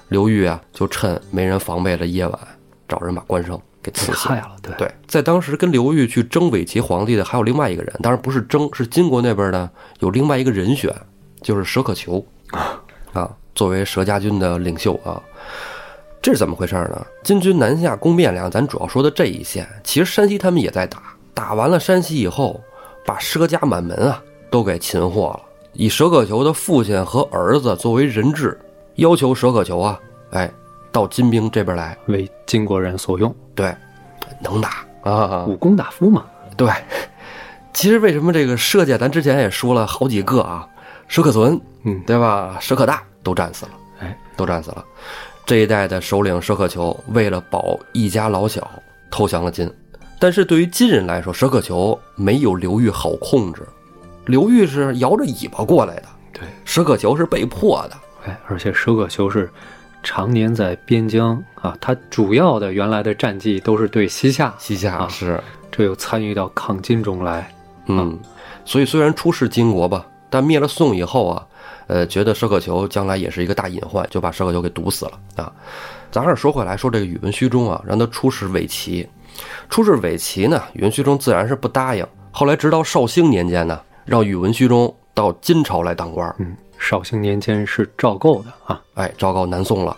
刘裕啊就趁没人防备的夜晚，找人把关胜给刺死了。
害了，对
对，在当时跟刘裕去争伪齐皇帝的还有另外一个人，当然不是争，是金国那边呢有另外一个人选，就是佘可求啊，作为佘家军的领袖啊。这是怎么回事呢？金军南下攻汴梁，咱主要说的这一线，其实山西他们也在打，打完了山西以后，把佘家满门啊都给擒获了，以佘可求的父亲和儿子作为人质，要求佘可求啊，哎，到金兵这边来，
为金国人所用，
对，能打啊，
武功大夫嘛。
对，其实为什么这个佘家，咱之前也说了好几个啊，佘可存，
嗯
对吧？佘可大都战死了，
哎，
都战死了。这一代的首领佘可求为了保一家老小，投降了金。但是对于金人来说，佘可求没有刘裕好控制，刘裕是摇着尾巴过来的，
对，
佘可求是被迫的。
哎，而且佘可求是常年在边疆啊，他主要的原来的战绩都是对西夏，
西夏
啊
是，
这又参与到抗金中来。
嗯，所以虽然出使金国吧，但灭了宋以后啊，呃，觉得佘可求将来也是一个大隐患，就把佘可求给毒死了啊。咱还是说回来，说这个宇文虚中啊，让他出使伪齐，出使伪齐呢，宇文虚中自然是不答应。后来直到绍兴年间呢，让宇文虚中到金朝来当官儿，
嗯，绍兴年间是赵构的啊，
哎，昭告南宋了。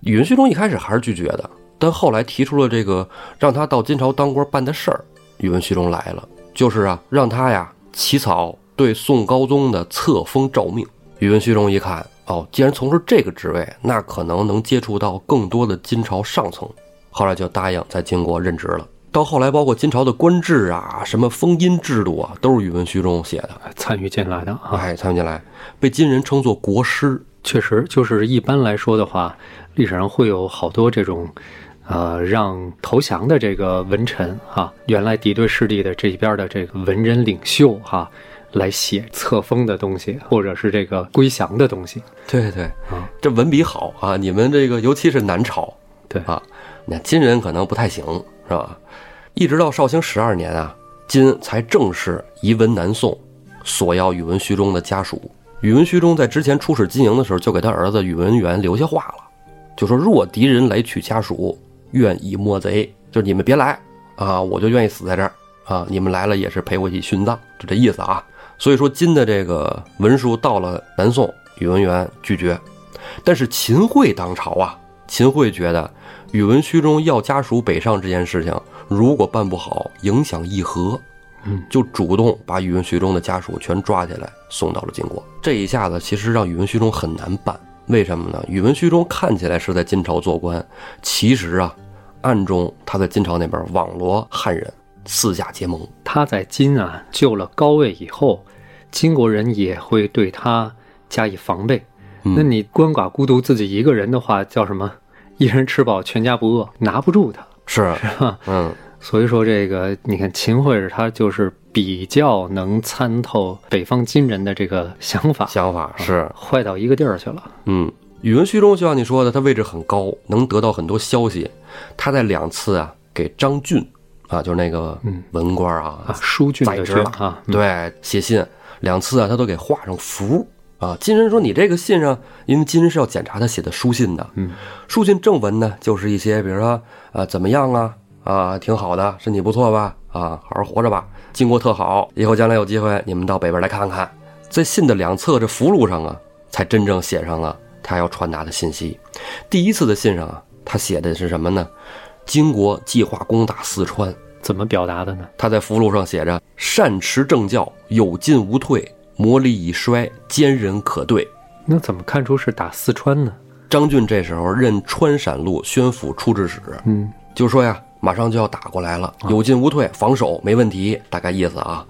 宇文虚中一开始还是拒绝的，但后来提出了这个让他到金朝当官办的事儿，宇文虚中来了，就是啊，让他呀起草对宋高宗的册封诏命。宇文虚中一看，哦，既然从事这个职位，那可能能接触到更多的金朝上层，后来就答应在金国任职了。到后来，包括金朝的官制啊，什么封印制度啊，都是宇文虚中写的。
参与进来的啊。
哎，参与进来，被金人称作国师。
确实，就是一般来说的话，历史上会有好多这种，呃，让投降的这个文臣哈、原来敌对势力的这一边的这个文人领袖哈、来写册封的东西，或者是这个归降的东西。
对对
啊，
这文笔好啊！你们这个尤其是南朝
对
啊，那金人可能不太行，是吧？一直到绍兴十二年啊，金才正式移文南宋，索要宇文虚中的家属。宇文虚中在之前出使金营的时候，就给他儿子宇文元留下话了，就说：“若敌人来取家属，愿以莫贼。”就是你们别来啊，我就愿意死在这儿啊！你们来了也是陪我一起殉葬，就这意思啊。所以说，金的这个文书到了南宋，宇文元拒绝。但是秦桧当朝啊，秦桧觉得宇文虚中要家属北上这件事情，如果办不好，影响议和，
嗯，
就主动把宇文虚中的家属全抓起来送到了晋国。这一下子其实让宇文虚中很难办，为什么呢？宇文虚中看起来是在金朝做官，其实啊，暗中他在金朝那边网罗汉人，四下结盟。
他在金啊救了高位以后，金国人也会对他加以防备。
嗯
那你鳏寡孤独自己一个人的话，叫什么？ 一人吃饱全家不饿，拿不住他。
是，嗯，
所以说，这个你看秦桧是他就是比较能参透北方金人的这个想法，
想法是，
坏到一个地儿去了。
嗯，宇文虚中就像你说的，他位置很高，能得到很多消息。他在两次啊给张俊啊，就是那个文官啊，
啊，舒俊
宰
的
制
俊
了
啊，
对，写信两次啊，他都给画上符啊。金人说你这个信上，因为金人是要检查他写的书信的，
嗯，
书信正文呢，就是一些比如说啊怎么样啊啊挺好的，身体不错吧啊，好好活着吧，金国特好，以后将来有机会你们到北边来看看。在信的两侧这符箓上啊，才真正写上了他要传达的信息。第一次的信上啊，他写的是什么呢？金国计划攻打四川，
怎么表达的呢？
他在符箓上写着：“善持正教，有进无退，磨砺已衰，坚韧可对。
那怎么看出是打四川呢？”
张俊这时候任川陕路宣抚出制使，
嗯，
就说呀，马上就要打过来了，有进无退，防守没问题，大概意思啊。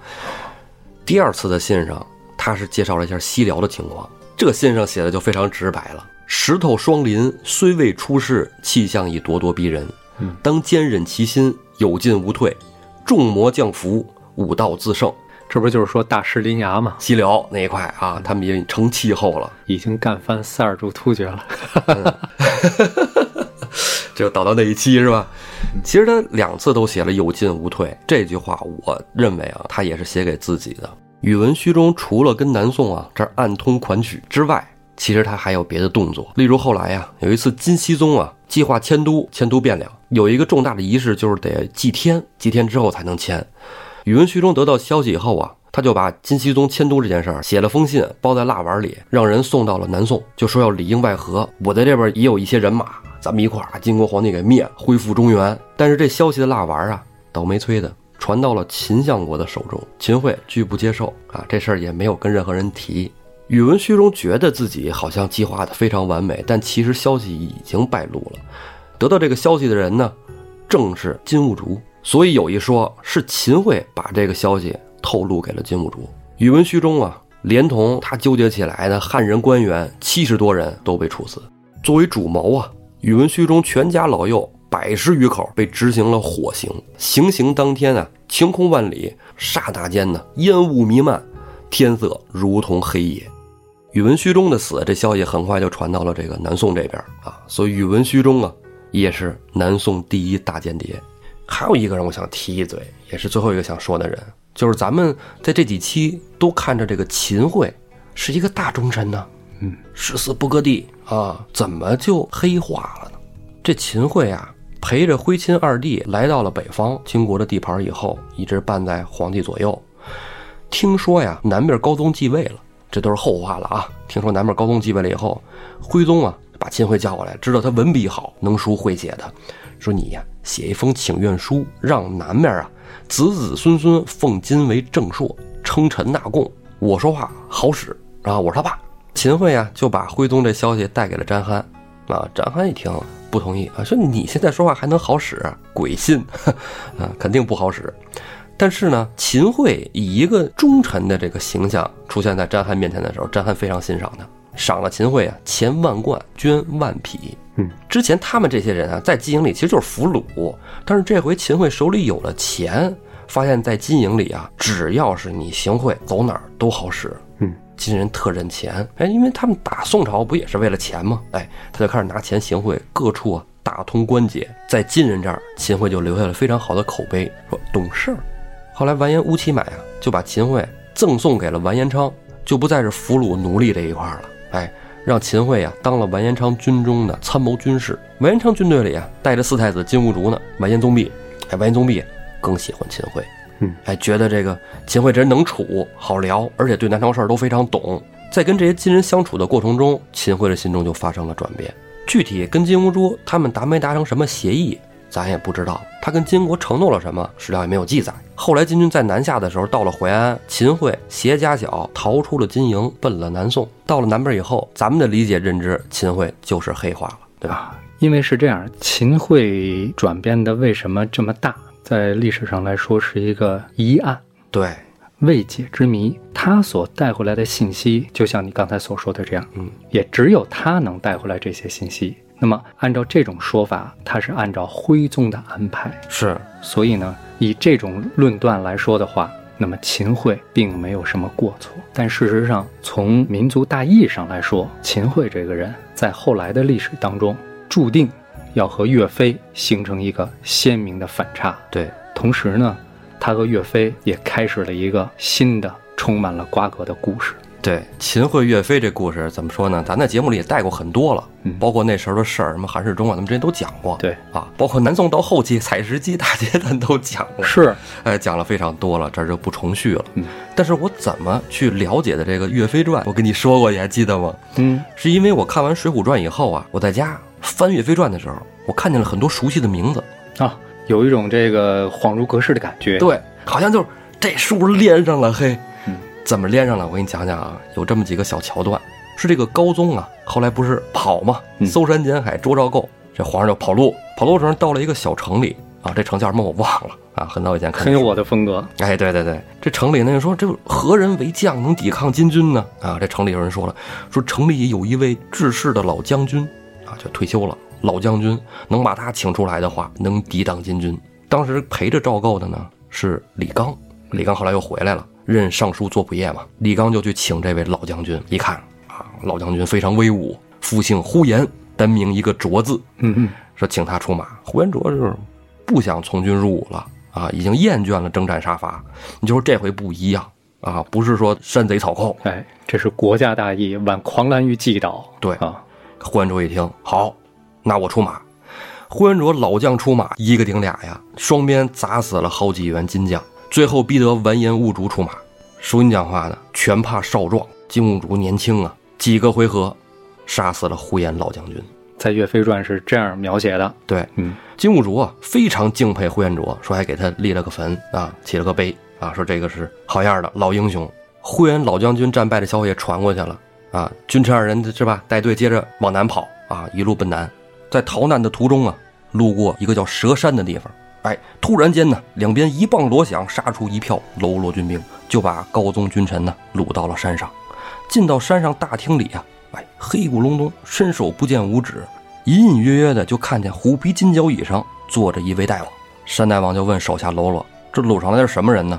第二次的信上，他是介绍了一下西辽的情况，这个信上写的就非常直白了：石头双林，虽未出世，气象已咄咄逼人。
嗯
当坚忍其心，有进无退，众魔降服，武道自胜。
这不就是说大石林崖嘛，
西辽那一块啊，他们也成气候了，
已经干翻塞尔柱突厥了。
就导到那一期是吧？其实他两次都写了“有进无退”这句话，我认为啊，他也是写给自己的。宇文虚中除了跟南宋啊这儿暗通款曲之外，其实他还有别的动作，例如后来呀、啊有一次金熙宗啊计划迁都，迁都汴梁，有一个重大的仪式就是得祭天，祭天之后才能迁。宇文虚中得到消息以后啊，他就把金熙宗迁都这件事儿写了封信，包在蜡丸里，让人送到了南宋，就说要里应外合。我在这边也有一些人马，咱们一块儿把啊金国皇帝给灭，恢复中原。但是这消息的蜡丸啊，倒霉催的传到了秦相国的手中，秦桧拒不接受啊，这事儿也没有跟任何人提。宇文虚中觉得自己好像计划的非常完美，但其实消息已经败露了。得到这个消息的人呢，正是金兀术。所以有一说是秦桧把这个消息透露给了金兀术。宇文虚中啊，连同他纠结起来的汉人官员七十多人都被处死。作为主谋啊，宇文虚中全家老幼百十余口被执行了火刑。行刑当天啊，晴空万里，刹那间呢，烟雾弥漫，天色如同黑夜。宇文虚中的死，这消息很快就传到了这个南宋这边啊，所以宇文虚中啊，也是南宋第一大间谍。还有一个人，我想提一嘴，也是最后一个想说的人，就是咱们在这几期都看着这个秦桧是一个大忠臣呢、
嗯，
誓死不割地啊，怎么就黑化了呢？这秦桧啊，陪着徽钦二帝来到了北方金国的地盘以后，一直伴在皇帝左右。听说呀，南边高宗继位了，这都是后话了啊。听说南边高宗继位了以后，徽宗啊把秦桧叫过来，知道他文笔好，能书会写的，说你呀写一封请愿书，让南面啊子子孙孙奉金为正朔，称臣纳贡，我说话好使啊，我是他爸。秦桧啊就把徽宗这消息带给了詹憨，啊，詹憨一听不同意啊，说你现在说话还能好使？鬼信， 啊，肯定不好使。但是呢，秦桧以一个忠臣的这个形象出现在詹翰面前的时候，詹翰非常欣赏他，赏了秦桧啊钱万贯，捐万匹。
嗯，
之前他们这些人啊，在金营里其实就是俘虏，但是这回秦桧手里有了钱，发现在金营里啊，只要是你行贿，走哪儿都好使。
嗯，
金人特认钱，哎，因为他们打宋朝不也是为了钱吗？哎，他就开始拿钱行贿，各处啊大通关节，在金人这儿，秦桧就留下了非常好的口碑，说懂事儿。后来完颜乌齐买啊，就把秦桧赠送给了完颜昌，就不再是俘虏奴隶这一块儿了。哎，让秦桧啊当了完颜昌军中的参谋军士。完颜昌军队里啊，带着四太子金兀术呢，完颜宗弼。哎，完颜宗弼更喜欢秦桧，
嗯，
哎，觉得这个秦桧这人能处，好聊，而且对南朝事儿都非常懂。在跟这些金人相处的过程中，秦桧的心中就发生了转变。具体跟金兀术他们达没达成什么协议，咱也不知道。他跟金国承诺了什么，史料也没有记载。后来金军在南下的时候，到了淮安，秦桧携家小逃出了金营，奔了南宋。到了南边以后，咱们的理解认知，秦桧就是黑化了，对吧？
因为是这样，秦桧转变的为什么这么大？在历史上来说是一个疑案、
对，
未解之谜。他所带回来的信息，就像你刚才所说的这样，
嗯，
也只有他能带回来这些信息。那么，按照这种说法，他是按照徽宗的安排，
是
所以呢，以这种论断来说的话，那么秦桧并没有什么过错。但事实上，从民族大义上来说，秦桧这个人在后来的历史当中，注定要和岳飞形成一个鲜明的反差。
对，
同时呢，他和岳飞也开始了一个新的充满了瓜葛的故事。
对，秦桧岳飞这故事怎么说呢？咱在节目里也带过很多了，
嗯
包括那时候的事儿，什么韩世忠啊，咱们之前都讲过。
对
啊，包括南宋到后期采石矶大劫，咱都讲过。
是，
哎，讲了非常多了，这儿就不重叙了。
嗯，
但是我怎么去了解的这个《岳飞传》？我跟你说过，你还记得吗？
嗯
是因为我看完《水浒传》以后啊，我在家翻《岳飞传》的时候，我看见了很多熟悉的名字，
啊，有一种这个恍如隔世的感觉。
对，好像就是这书连上了，嘿
嗯，
怎么连上了？我给你讲讲啊，有这么几个小桥段，是这个高宗啊，后来不是跑嘛，
嗯
搜山捡海，捉赵构，这皇上就跑路，跑路的时候到了一个小城里啊，这城叫什么我忘了啊，很早以前看的
很有
书
我的风格。
哎，对对对，这城里那个说，这何人为将能抵抗金军呢？啊，这城里有人说了，说城里有一位治世的老将军啊，就退休了，老将军，能把他请出来的话，能抵挡金军。当时陪着赵构的呢是李纲，李纲后来又回来了，任尚书左仆射嘛。李纲就去请这位老将军，一看啊，老将军非常威武，复姓呼延，单名一个卓字，
嗯嗯，
说请他出马。呼延灼是不想从军入伍了啊，已经厌倦了征战杀伐。你就说这回不一样啊，不是说山贼草寇。
哎，这是国家大义，挽狂澜于既倒。
对
啊，
呼延灼一听，好，那我出马。呼延灼老将出马，一个顶俩呀，双边砸死了好几员金将，最后逼得完颜兀竹出马。说你讲话呢，全怕少壮，金兀竹年轻啊，几个回合杀死了呼延老将军。
在《岳飞传》是这样描写的。
对，
嗯，
金兀术啊非常敬佩呼延灼，说还给他立了个坟啊，起了个碑啊，说这个是好样的老英雄。呼延老将军战败的消息也传过去了啊，君臣二人是吧，带队接着往南跑啊，一路奔南，在逃难的途中啊，路过一个叫蛇山的地方，哎，突然间呢，两边一棒锣响，杀出一票喽啰军兵，就把高宗君臣呢掳到了山上。进到山上大厅里啊，哎，黑咕隆咚，伸手不见五指，隐隐约约的就看见虎皮金角椅上坐着一位大王。山大王就问手下喽啰：“这掳上来的是什么人呢？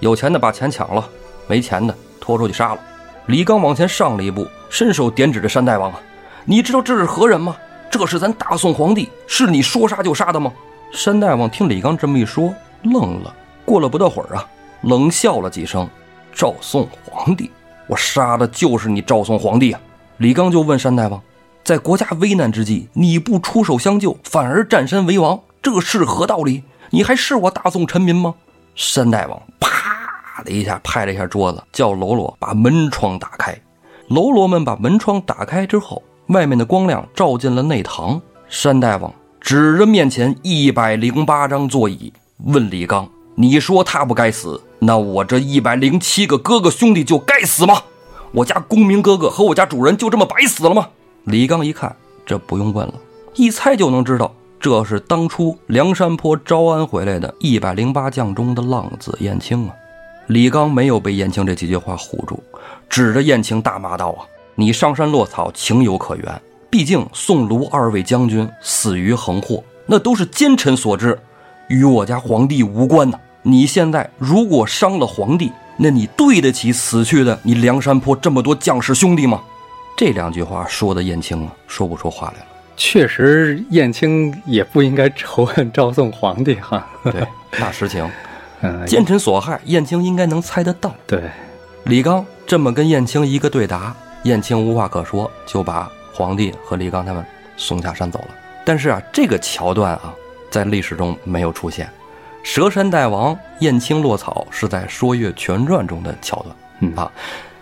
有钱的把钱抢了，没钱的拖出去杀了。”李刚往前上了一步，伸手点指着山大王啊：“你知道这是何人吗？这是咱大宋皇帝，是你说杀就杀的吗？”山大王听李刚这么一说，愣了。过了不到会儿啊，冷笑了几声：“赵宋皇帝，我杀的就是你赵宋皇帝啊！”李刚就问山大王：“在国家危难之际，你不出手相救，反而占山为王，这是何道理？你还是我大宋臣民吗？”山大王啪的一下拍了一下桌子，叫喽啰把门窗打开。喽啰们把门窗打开之后，外面的光亮照进了内堂。山大王指着面前一百零八张座椅，问李刚：“你说他不该死，那我这一百零七个哥哥兄弟就该死吗？我家公明哥哥和我家主人就这么白死了吗？”李刚一看，这不用问了，一猜就能知道，这是当初梁山泊招安回来的一百零八将中的浪子燕青啊。李刚没有被燕青这几句话唬住，指着燕青大骂道：“啊，你上山落草情有可原，毕竟宋卢二位将军死于横祸，那都是奸臣所致，与我家皇帝无关呐、你现在如果伤了皇帝，那你对得起死去的你梁山泊这么多将士兄弟吗？”这两句话说的燕青啊，说不出话来了。
确实，燕青也不应该 仇恨赵宋皇帝哈。
对，大实情，
嗯，
奸臣所害，燕青应该能猜得到。
对，
李刚这么跟燕青一个对答，燕青无话可说，就把皇帝和李刚他们送下山走了。但是啊，这个桥段啊，在历史中没有出现。蛇山大王燕青落草是在《说岳全传》中的桥段。
嗯
啊，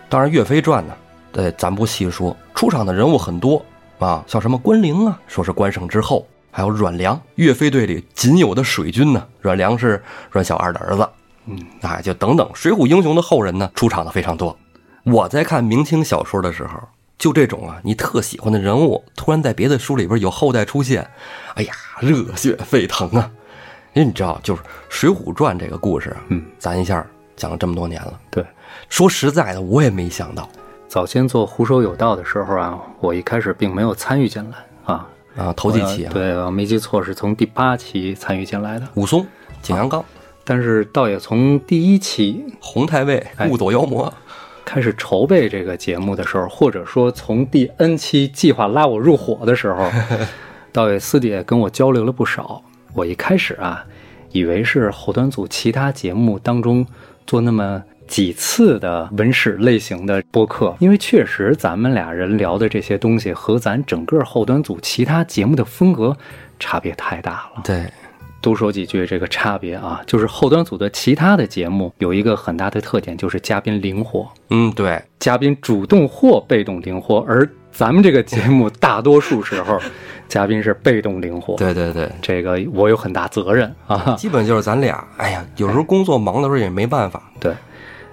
当然《岳飞传》呢，呃，咱不细说，出场的人物很多啊，像什么关灵啊，说是关胜之后，还有阮良，岳飞队里仅有的水军呢，阮良是阮小二的儿子，
嗯，
啊，就等等《水浒英雄》的后人呢，出场的非常多。我在看明清小说的时候，就这种啊，你特喜欢的人物，突然在别的书里边有后代出现，哎呀，热血沸腾啊！因为你知道，就是《水浒传》这个故事，啊
嗯，
咱一下讲了这么多年了。
对。
说实在的，我也没想到
早先做《胡说有道》的时候啊，我一开始并没有参与进来啊。
啊，头几期
呃
啊，
对，我没记错是从第八期参与进来的，
武松、景阳
啊
冈、
但是倒也从第一期
洪太尉
哎
误走妖魔，
开始筹备这个节目的时候，或者说从第 N 期计划拉我入伙的时候，道也私底下跟我交流了不少。我一开始啊，以为是后端组其他节目当中做那么几次的文史类型的播客，因为确实咱们俩人聊的这些东西和咱整个后端组其他节目的风格差别太大了。
对，
多说几句这个差别啊，就是后端组的其他的节目有一个很大的特点，就是嘉宾灵活。
嗯，对，
嘉宾主动或被动灵活，而咱们这个节目大多数时候，嘉宾是被动灵活。，
对对对，
这个我有很大责任啊。
基本就是咱俩，哎呀，有时候工作忙的时候也没办法，
对，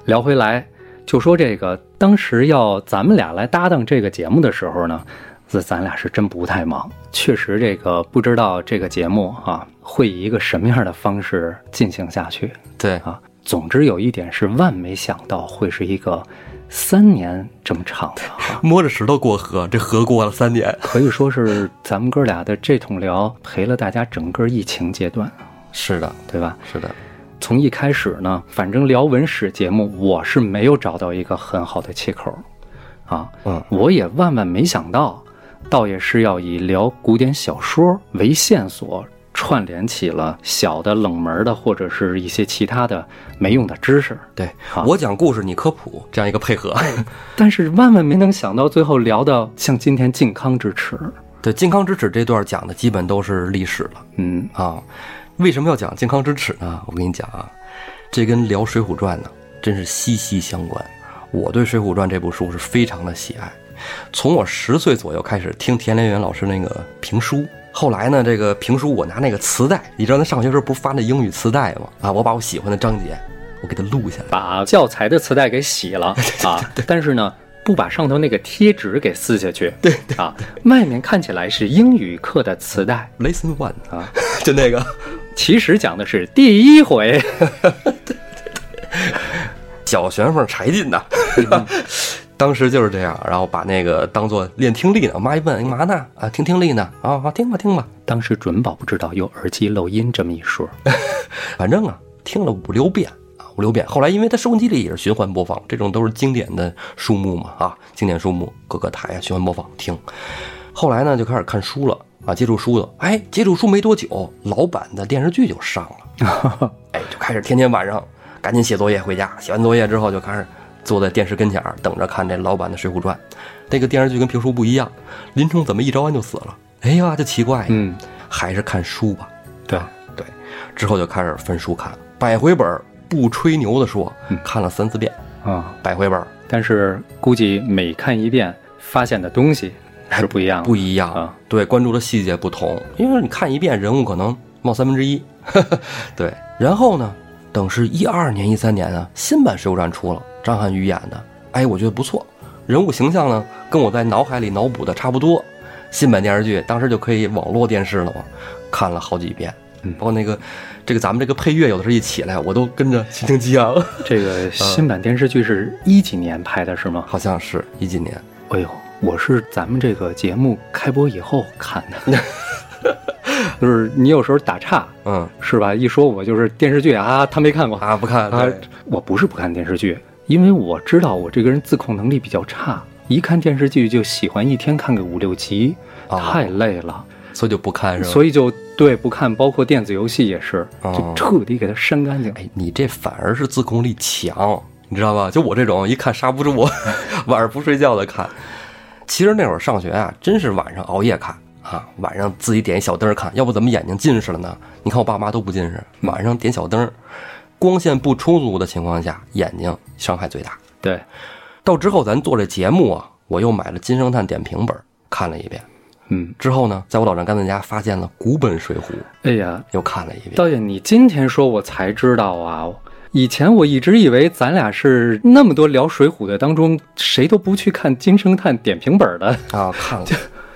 聊回来，就说这个，当时要咱们俩来搭档这个节目的时候呢，这咱俩是真不太忙，确实这个不知道这个节目啊会以一个什么样的方式进行下去。
对，
啊。总之有一点是万没想到会是一个三年这么长 啊，
摸着石头过河，这河过了三年。
可以说是咱们哥俩的这桶聊陪了大家整个疫情阶段，
是的，
对吧？
是的，
从一开始呢，反正聊文史节目，我是没有找到一个很好的切口，啊，
嗯，
我也万万没想到，倒也是要以聊古典小说为线索，串联起了小的冷门的或者是一些其他的没用的知识，
对
好
我讲故事，你科普，这样一个配合。
但是万万没能想到，最后聊到像今天靖康之耻，
对，靖康之耻这段讲的基本都是历史了
嗯，
啊。为什么要讲靖康之耻呢？我跟你讲啊，这跟聊《水浒传》呢，真是息息相关。我对《水浒传》这部书是非常的喜爱，从我十岁左右开始听田连元老师那个评书，后来呢，这个评书我拿那个磁带，你知道咱上学时候不是发那英语磁带吗？啊，我把我喜欢的章节，我给它录下来。
把教材的磁带给洗 了啊，但是呢，不把上头那个贴纸给撕下去，对啊，外面看起来是英语课的磁带，
Lesson One
啊，
就那个
其实讲的是第一回，
小旋风柴进呐， 当时就是这样，然后把那个当做练听力呢。我妈一问，你干嘛呢？啊，听听力呢？啊，好听吧，听吧。
当时准保不知道有耳机漏音这么一说，
反正啊，听了五六遍啊，五六遍。后来因为它收音机里也是循环播放，这种都是经典的书目嘛啊，经典书目各个台啊循环播放听。后来呢，就开始看书了啊，接触书了。哎，接触书没多久，老版的电视剧就上了，哎，就开始天天晚上赶紧写作业回家，写完作业之后就开始。坐在电视跟前儿等着看这老版的《水浒传》，那个电视剧跟评书不一样，林冲怎么一招安就死了？哎呀，就奇怪呀，
嗯，
还是看书吧。
对，
对，之后就开始分书看，百回本儿不吹牛的说，看了三四遍，
嗯啊，
百回本儿
但是估计每看一遍发现的东西是不一样的，
不一样，
啊
对，关注的细节不同，因为你看一遍人物可能冒三分之一， 对，然后呢，等是一二年、一三年啊，新版《水浒传》出了，张涵予演的，哎，我觉得不错，人物形象呢跟我在脑海里脑补的差不多，新版电视剧当时就可以网络电视了嘛，看了好几遍。
嗯
包括那个，这个咱们这个配乐有的时候一起来，我都跟着心情激昂。
这个新版电视剧是一几年拍的是吗？
好像是一几年，
哎呦，我是咱们这个节目开播以后看的， 就是你有时候打岔
嗯
是吧？一说我就是电视剧啊，他没看过
啊，不看
啊
对，
我不是不看电视剧，因为我知道我这个人自控能力比较差，一看电视剧就喜欢一天看个五六集，
哦
太累了，
所以就不看是吧？
所
以，
以就对不看，包括电子游戏也是，
哦
就彻底给它删干净。
哎，你这反而是自控力强，你知道吧？就我这种一看刹不住，我 晚上不睡觉的看。其实那会儿上学啊，真是晚上熬夜看啊，晚上自己点一小灯儿看，要不怎么眼睛近视了呢？你看我爸妈都不近视，晚上点小灯儿，光线不充足的情况下，眼睛伤害最大。
对，
到之后咱做这节目啊，我又买了《金圣叹》点评本儿看了一遍，
嗯，
之后呢，在我老丈干子家发现了古本《水浒》，
哎呀，
又看了一遍。
道爷，你今天说我才知道啊。以前我一直以为咱俩是那么多聊《水浒》的当中，谁都不去看《金圣叹》点评本的。
啊，看了，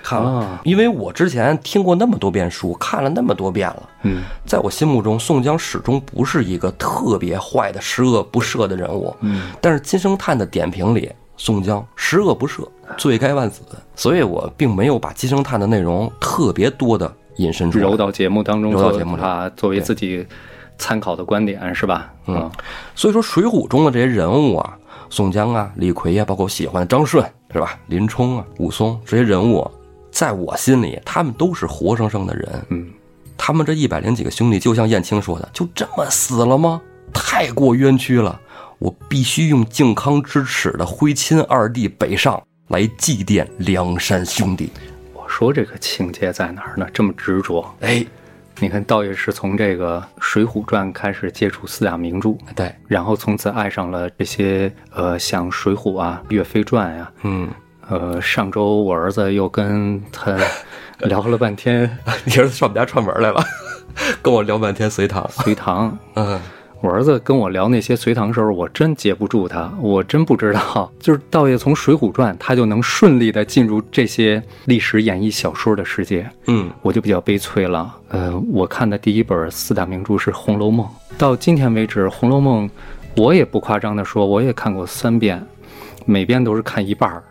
看了
啊，
因为我之前听过那么多遍书，看了那么多遍了，
嗯，
在我心目中，宋江始终不是一个特别坏的十恶不赦的人物。
嗯，
但是金圣叹的点评里，宋江十恶不赦，罪该万死，所以我并没有把金圣叹的内容特别多的引申出来
揉。到节目当中
揉
做，
到节目里
啊，作为自己参考的观点是吧？嗯，
所以说，《水浒》中的这些人物啊，宋江啊、李逵啊，包括我喜欢的张顺是吧？林冲啊、武松这些人物，啊在我心里，他们都是活生生的人。
嗯，
他们这一百零几个兄弟，就像燕青说的，就这么死了吗？太过冤屈了！我必须用靖康之耻的徽钦二帝北上来祭奠梁山兄弟。
我说这个情节在哪儿呢？这么执着？
哎，
你看，道爷是从这个《水浒传》开始接触四大名著，
对，
然后从此爱上了这些呃，像《水浒》啊，《岳飞传》呀、
嗯，
呃，上周我儿子又跟他 聊了半天
你儿子上我们家串门来了， 跟我聊半天隋唐。
隋唐。
嗯，
我儿子跟我聊那些隋唐时候，我真接不住他，我真不知道，就是道爷从《水浒传》，他就能顺利的进入这些历史演绎小说的世界。
嗯，
我就比较悲催了。呃，我看的第一本四大名著是《红楼梦》，到今天为止，《红楼梦》我也不夸张的说，我也看过三遍。每遍都是看一半儿，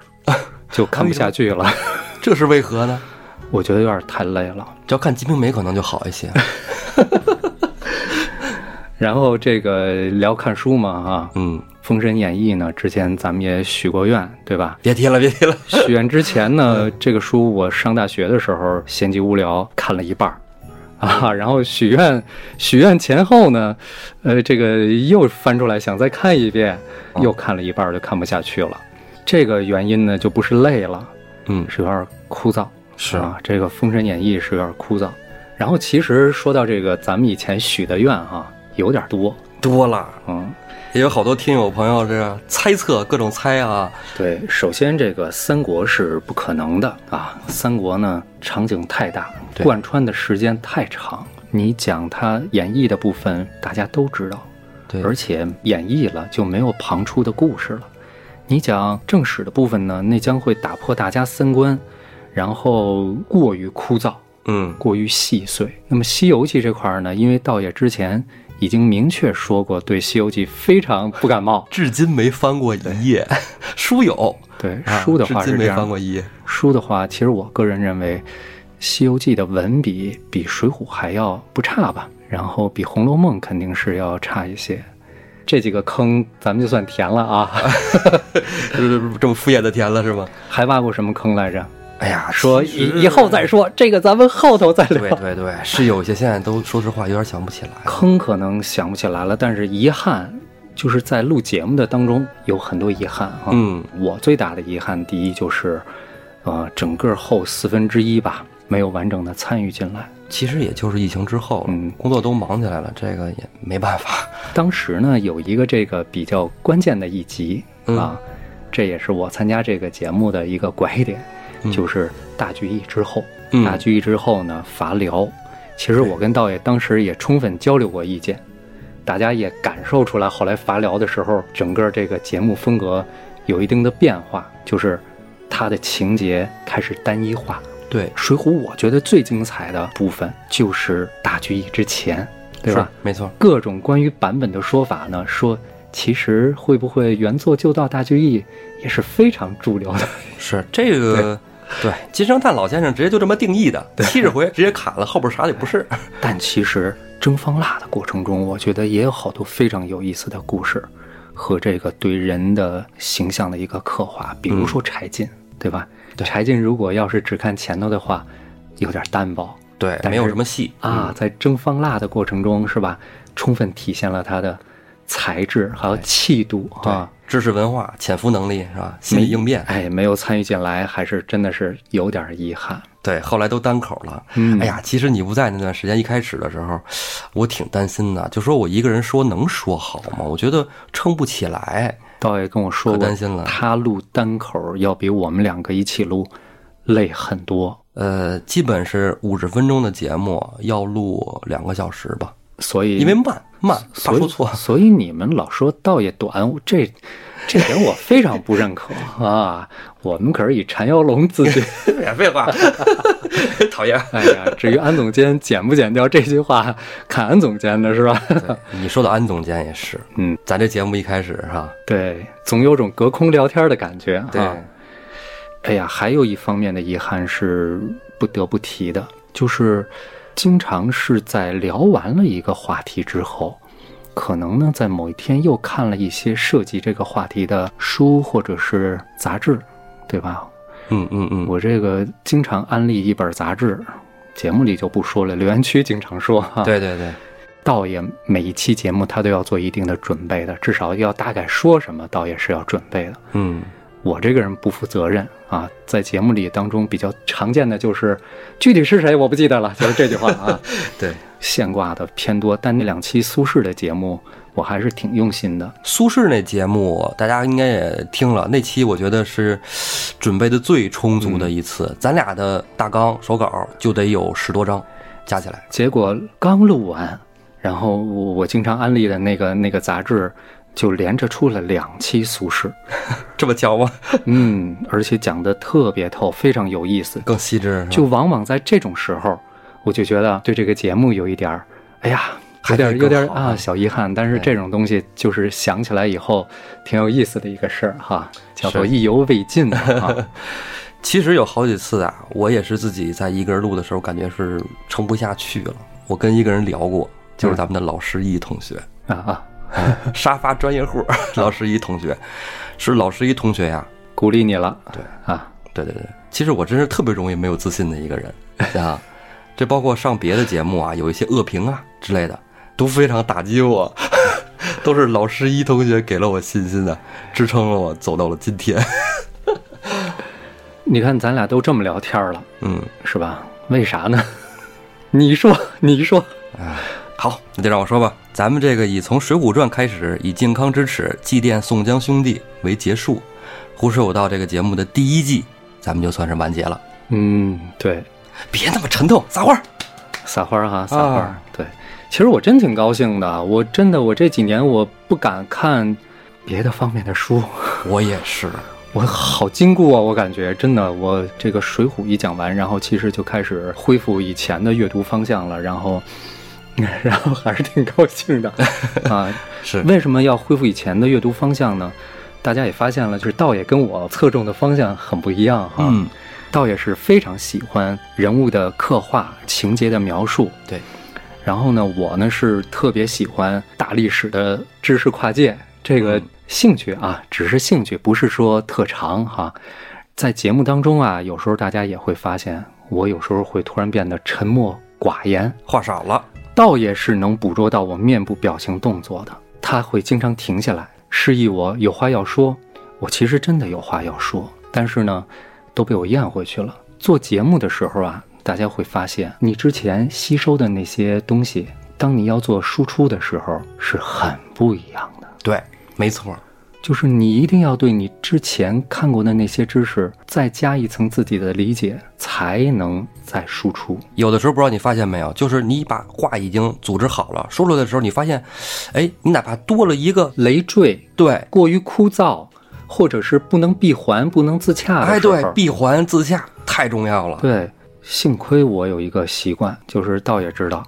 就看不下去了。
这是为何呢？
我觉得有点太累了。
只要看《金瓶梅》可能就好一 些。
然后这个聊看书嘛，啊，
嗯，
《封神演义》呢，之前咱们也许过愿，对吧？
别提了，别提了。
许愿之前呢，这个书我上大学的时候闲极无聊看了一半儿，啊，然后许愿许愿前后呢，呃，这个又翻出来想再看一遍，又看了一半儿就看不下去了。这个原因呢，就不是累了，
嗯，
是有点枯燥，
是
啊，这个《封神演义》是有点枯燥。然后其实说到这个，咱们以前许的愿哈、有点多，
多了，
嗯，
也有好多听友朋友这猜测，各种猜啊。
对，首先这个三国是不可能的啊，三国呢场景太大，
对
贯穿的时间太长，你讲它演绎的部分大家都知道，
对
而且演绎了就没有旁出的故事了。你讲正史的部分呢，那将会打破大家三观，然后过于枯燥，
嗯，，
过于细碎。那么《西游记》这块儿呢，因为道爷之前已经明确说过对《西游记》非常不感冒
至今没翻过一页， 书有
对
啊
书的话
至
是
今
这
没
样
翻
的
过。一页。
书的话，其实我个人认为，《西游记》的文笔比《水浒》还要不差吧，然后比《红楼梦》肯定是要差一些。这几个坑咱们就算填了啊，
就是这么敷衍的填了是吗？
还挖过什么坑来着？
哎呀，
说
其实
以以后再说，这个咱们后头再聊
对。对对，是有些现在都说实话有点想不起来。
坑可能想不起来了，但是遗憾就是在录节目的当中有很多遗憾啊。
嗯，
我最大的遗憾，第一就是，呃，整个后四分之一吧，没有完整的参与进来。
其实也就是疫情之后了，
嗯
工作都忙起来了，这个也没办法。
当时呢，有一个这个比较关键的一集
嗯
啊，这也是我参加这个节目的一个拐点，就是大聚义之后。
嗯
大聚义之后呢，伐辽。其实我跟道爷当时也充分交流过意见，大家也感受出来，后来伐辽的时候，整个这个节目风格有一定的变化，就是它的情节开始单一化。
对，
水浒我觉得最精彩的部分就是大聚义之前，对吧？
是？没错，
各种关于版本的说法呢，说其实会不会原作就到大聚义也是非常主流的。
是这个。对，金圣叹老先生直接就这么定义的，七十回直接砍了，后边啥也不是。
但其实蒸方腊的过程中，我觉得也有好多非常有意思的故事和这个对人的形象的一个刻画，比如说柴进，嗯对吧？柴进如果要是只看前头的话，有点单薄
对，
但
没有
是
什么戏嗯
啊。在蒸方腊的过程中，是吧？充分体现了他的才智还有气度啊。
知识文化、潜伏能力是吧？心理应变，
哎，没有参与进来，还是真的是有点遗憾。
对，后来都单口了。
嗯
哎呀，其实你不在那段时间，一开始的时候，我挺担心的，就说我一个人说能说好吗？我觉得撑不起来。
道爷跟我说
可
过，
担心了
他录单口要比我们两个一起录累很多，
呃，基本是五十分钟的节目，要录两个小时吧，
所以
因为慢慢，怕
所
说
以
错。
所以你们老说道爷短，我这这点我非常不认可 啊！我们可是以缠腰龙自 居。
免废话，讨厌。
哎呀，至于安总监剪不剪掉这句话，看安总监的是 吧？
你说到安总监也是，
嗯，
咱这节目一开始哈，
对，总有种隔空聊天的感觉啊。
对，
哎呀，还有一方面的遗憾是不得不提的，就是经常是在聊完了一个话题之后，可能呢在某一天又看了一些涉及这个话题的书或者是杂志，对吧？
嗯嗯嗯，
我这个经常安利一本杂志，节目里就不说了，留言区经常说哈。，
对对对，
道爷每一期节目他都要做一定的准备的，至少要大概说什么，道爷是要准备的。
嗯，
我这个人不负责任啊，在节目里当中比较常见的就是，具体是谁我不记得了，就是这句话啊，
对。
现挂的偏多。但那两期苏轼的节目，我还是挺用心的。
苏轼那节目大家应该也听了，那期我觉得是嘶准备的最充足的一次，咱俩的大纲手稿就得有十多张，加起来。
结果刚录完，然后我我经常安利的那个那个杂志，就连着出了两期苏轼，
这么巧吗？
嗯，而且讲的特别透，非常有意思。
更细致，
就往往在这种时候，我就觉得对这个节目有一点儿，哎呀，有点
还可以
有点
更好
啊小遗憾，但是这种东西就是想起来以后挺有意思的一个事儿哈，叫做
是
意犹未尽的 哈。
其实有好几次啊，我也是自己在一个人录的时候，感觉是撑不下去了。我跟一个人聊过，就是咱们的老师一同学，
啊啊！
沙发专业户 老师一同学，是老师一同学呀。
鼓励你了，
对
啊，
对对对，其实我真是特别容易没有自信的一个人 啊。这包括上别的节目啊，有一些恶评啊之类的，都非常打击我， 都是老师一同学给了我信心的、啊支撑了我走到了今天。
你看咱俩都这么聊天了，
嗯，
是吧？为啥呢？ 你说，你说，
好，那就让我说吧。咱们这个以从《水浒传》开始，以健康之耻祭奠宋江兄弟为结束，胡说有道这个节目的第一季，咱们就算是完结了。
嗯，对，
别那么沉痛，撒欢儿。
撒欢儿哈，撒欢儿
啊。
对，其实我真挺高兴的，我真的，我这几年我不敢看别的方面的书，
我也是，
我好禁锢啊！我感觉真的，我这个《水浒》一讲完，然后其实就开始恢复以前的阅读方向了，然后， 然后还是挺高兴的啊。
是
为什么要恢复以前的阅读方向呢？大家也发现了，就是道也跟我侧重的方向很不一样哈。
嗯，
道也是非常喜欢人物的刻画、情节的描述，
对，
然后呢，我呢是特别喜欢大历史的知识跨界，这个兴趣啊，只是兴趣，不是说特长哈、在节目当中啊，有时候大家也会发现，我有时候会突然变得沉默寡言，
话少了。
倒也是能捕捉到我面部表情动作的。他会经常停下来，示意我有话要说。我其实真的有话要说，但是呢，都被我咽回去了。做节目的时候啊，大家会发现，你之前吸收的那些东西，当你要做输出的时候，是很不一样的。
对，没错，
就是你一定要对你之前看过的那些知识，再加一层自己的理解，才能再输出。
有的时候不知道你发现没有，就是你把话已经组织好了，说出来的时候，你发现，哎，你哪怕多了一个
累赘
对，
过于枯燥，或者是不能闭环、不能自洽
哎
的时候，
对，闭环自洽太重要了。
对幸亏我有一个习惯，就是倒也知道，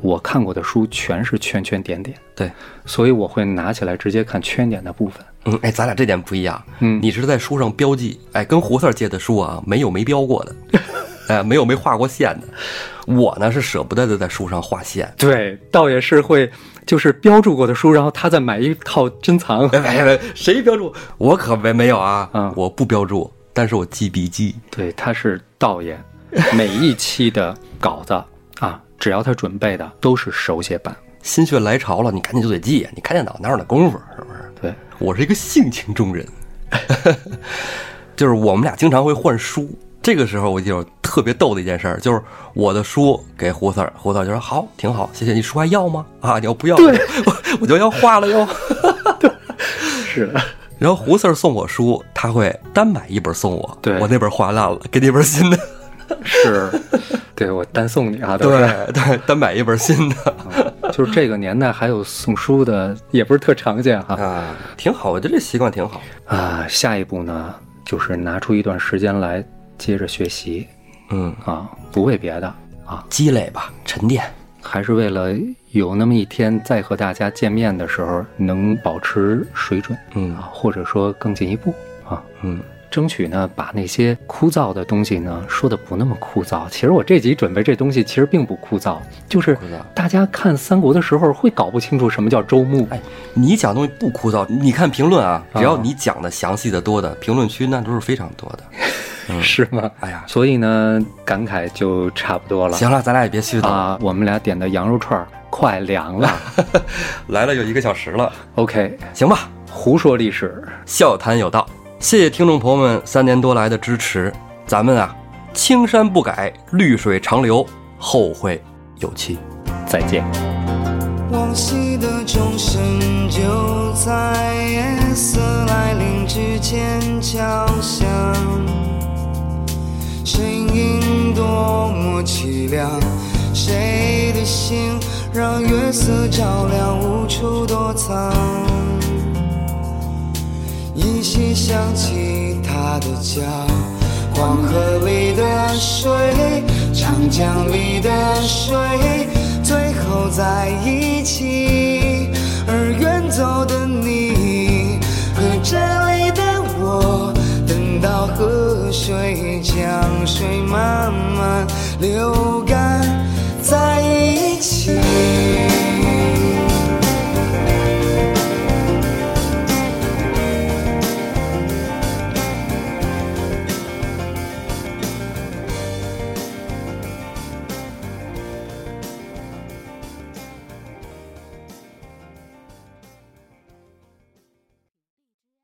我看过的书全是圈圈点点，
对，
所以我会拿起来直接看圈点的部分。
嗯，哎，咱俩这点不一样。
嗯
你是在书上标记，哎，跟胡四儿借的书啊，没有没标过 的，哎，没有没画过线的。我呢是舍不得的在书上画线。
对，倒也是会，就是标注过的书，然后他再买一套 珍藏。
哎哎哎，谁标注？我可没没有啊，
嗯
我不标注，但是我记笔记。
对，他是导演，每一期的稿子啊，只要他准备的都是手写版。
心血来潮了，你赶紧就得记呀！啊你看电脑哪有那功夫？是不是？
对，
我是一个性情中人， 就是我们俩经常会换书。这个时候我就有特别逗的一件事儿，就是我的书给胡四儿，胡四儿就说好，挺好，谢谢。你书还要吗？啊，你要不要？我 我就要画了哟。
是的，
然后胡四儿送我书，他会单买一本送我，
对
我那本划烂了，给你一本新的。
是，对我单送你啊，都是
对 对，单买一本新的
就是这个年代还有送书的，也不是特常见哈。
啊，挺好，我觉得这习惯挺好。
啊，下一步呢，就是拿出一段时间来接着学习
嗯，
啊，不为别的啊，
积累吧，沉淀。
还是为了有那么一天再和大家见面的时候能保持水准，
嗯
啊，或者说更进一步啊。
嗯。
争取呢，把那些枯燥的东西呢说的不那么枯燥。其实我这集准备这东西其实并不枯燥，就是
枯燥
大家看三国的时候会搞不清楚什么叫周穆，
哎，你讲东西不枯燥，你看评论啊，只要你讲的详细的多的，评论区那都是非常多 的。
是吗？
哎呀，
所以呢，感慨就差不多了。
行了，咱俩也别絮叨，了，
啊，我们俩点的羊肉串儿快凉了。
来了有一个小时了，
OK，
行吧，
胡说历史，
笑谈有道。谢谢听众朋友们三年多来的支持，咱们啊，青山不改，绿水长流，后会有期。
再见。
往昔的钟声就在夜色来临之前敲响，声音多么凄凉，谁的心让月色照亮，无处躲藏。依稀想起他的家，黄河里的水，长江里的水，最后在一起。而远走的你和这里的我，等到河水将水慢慢流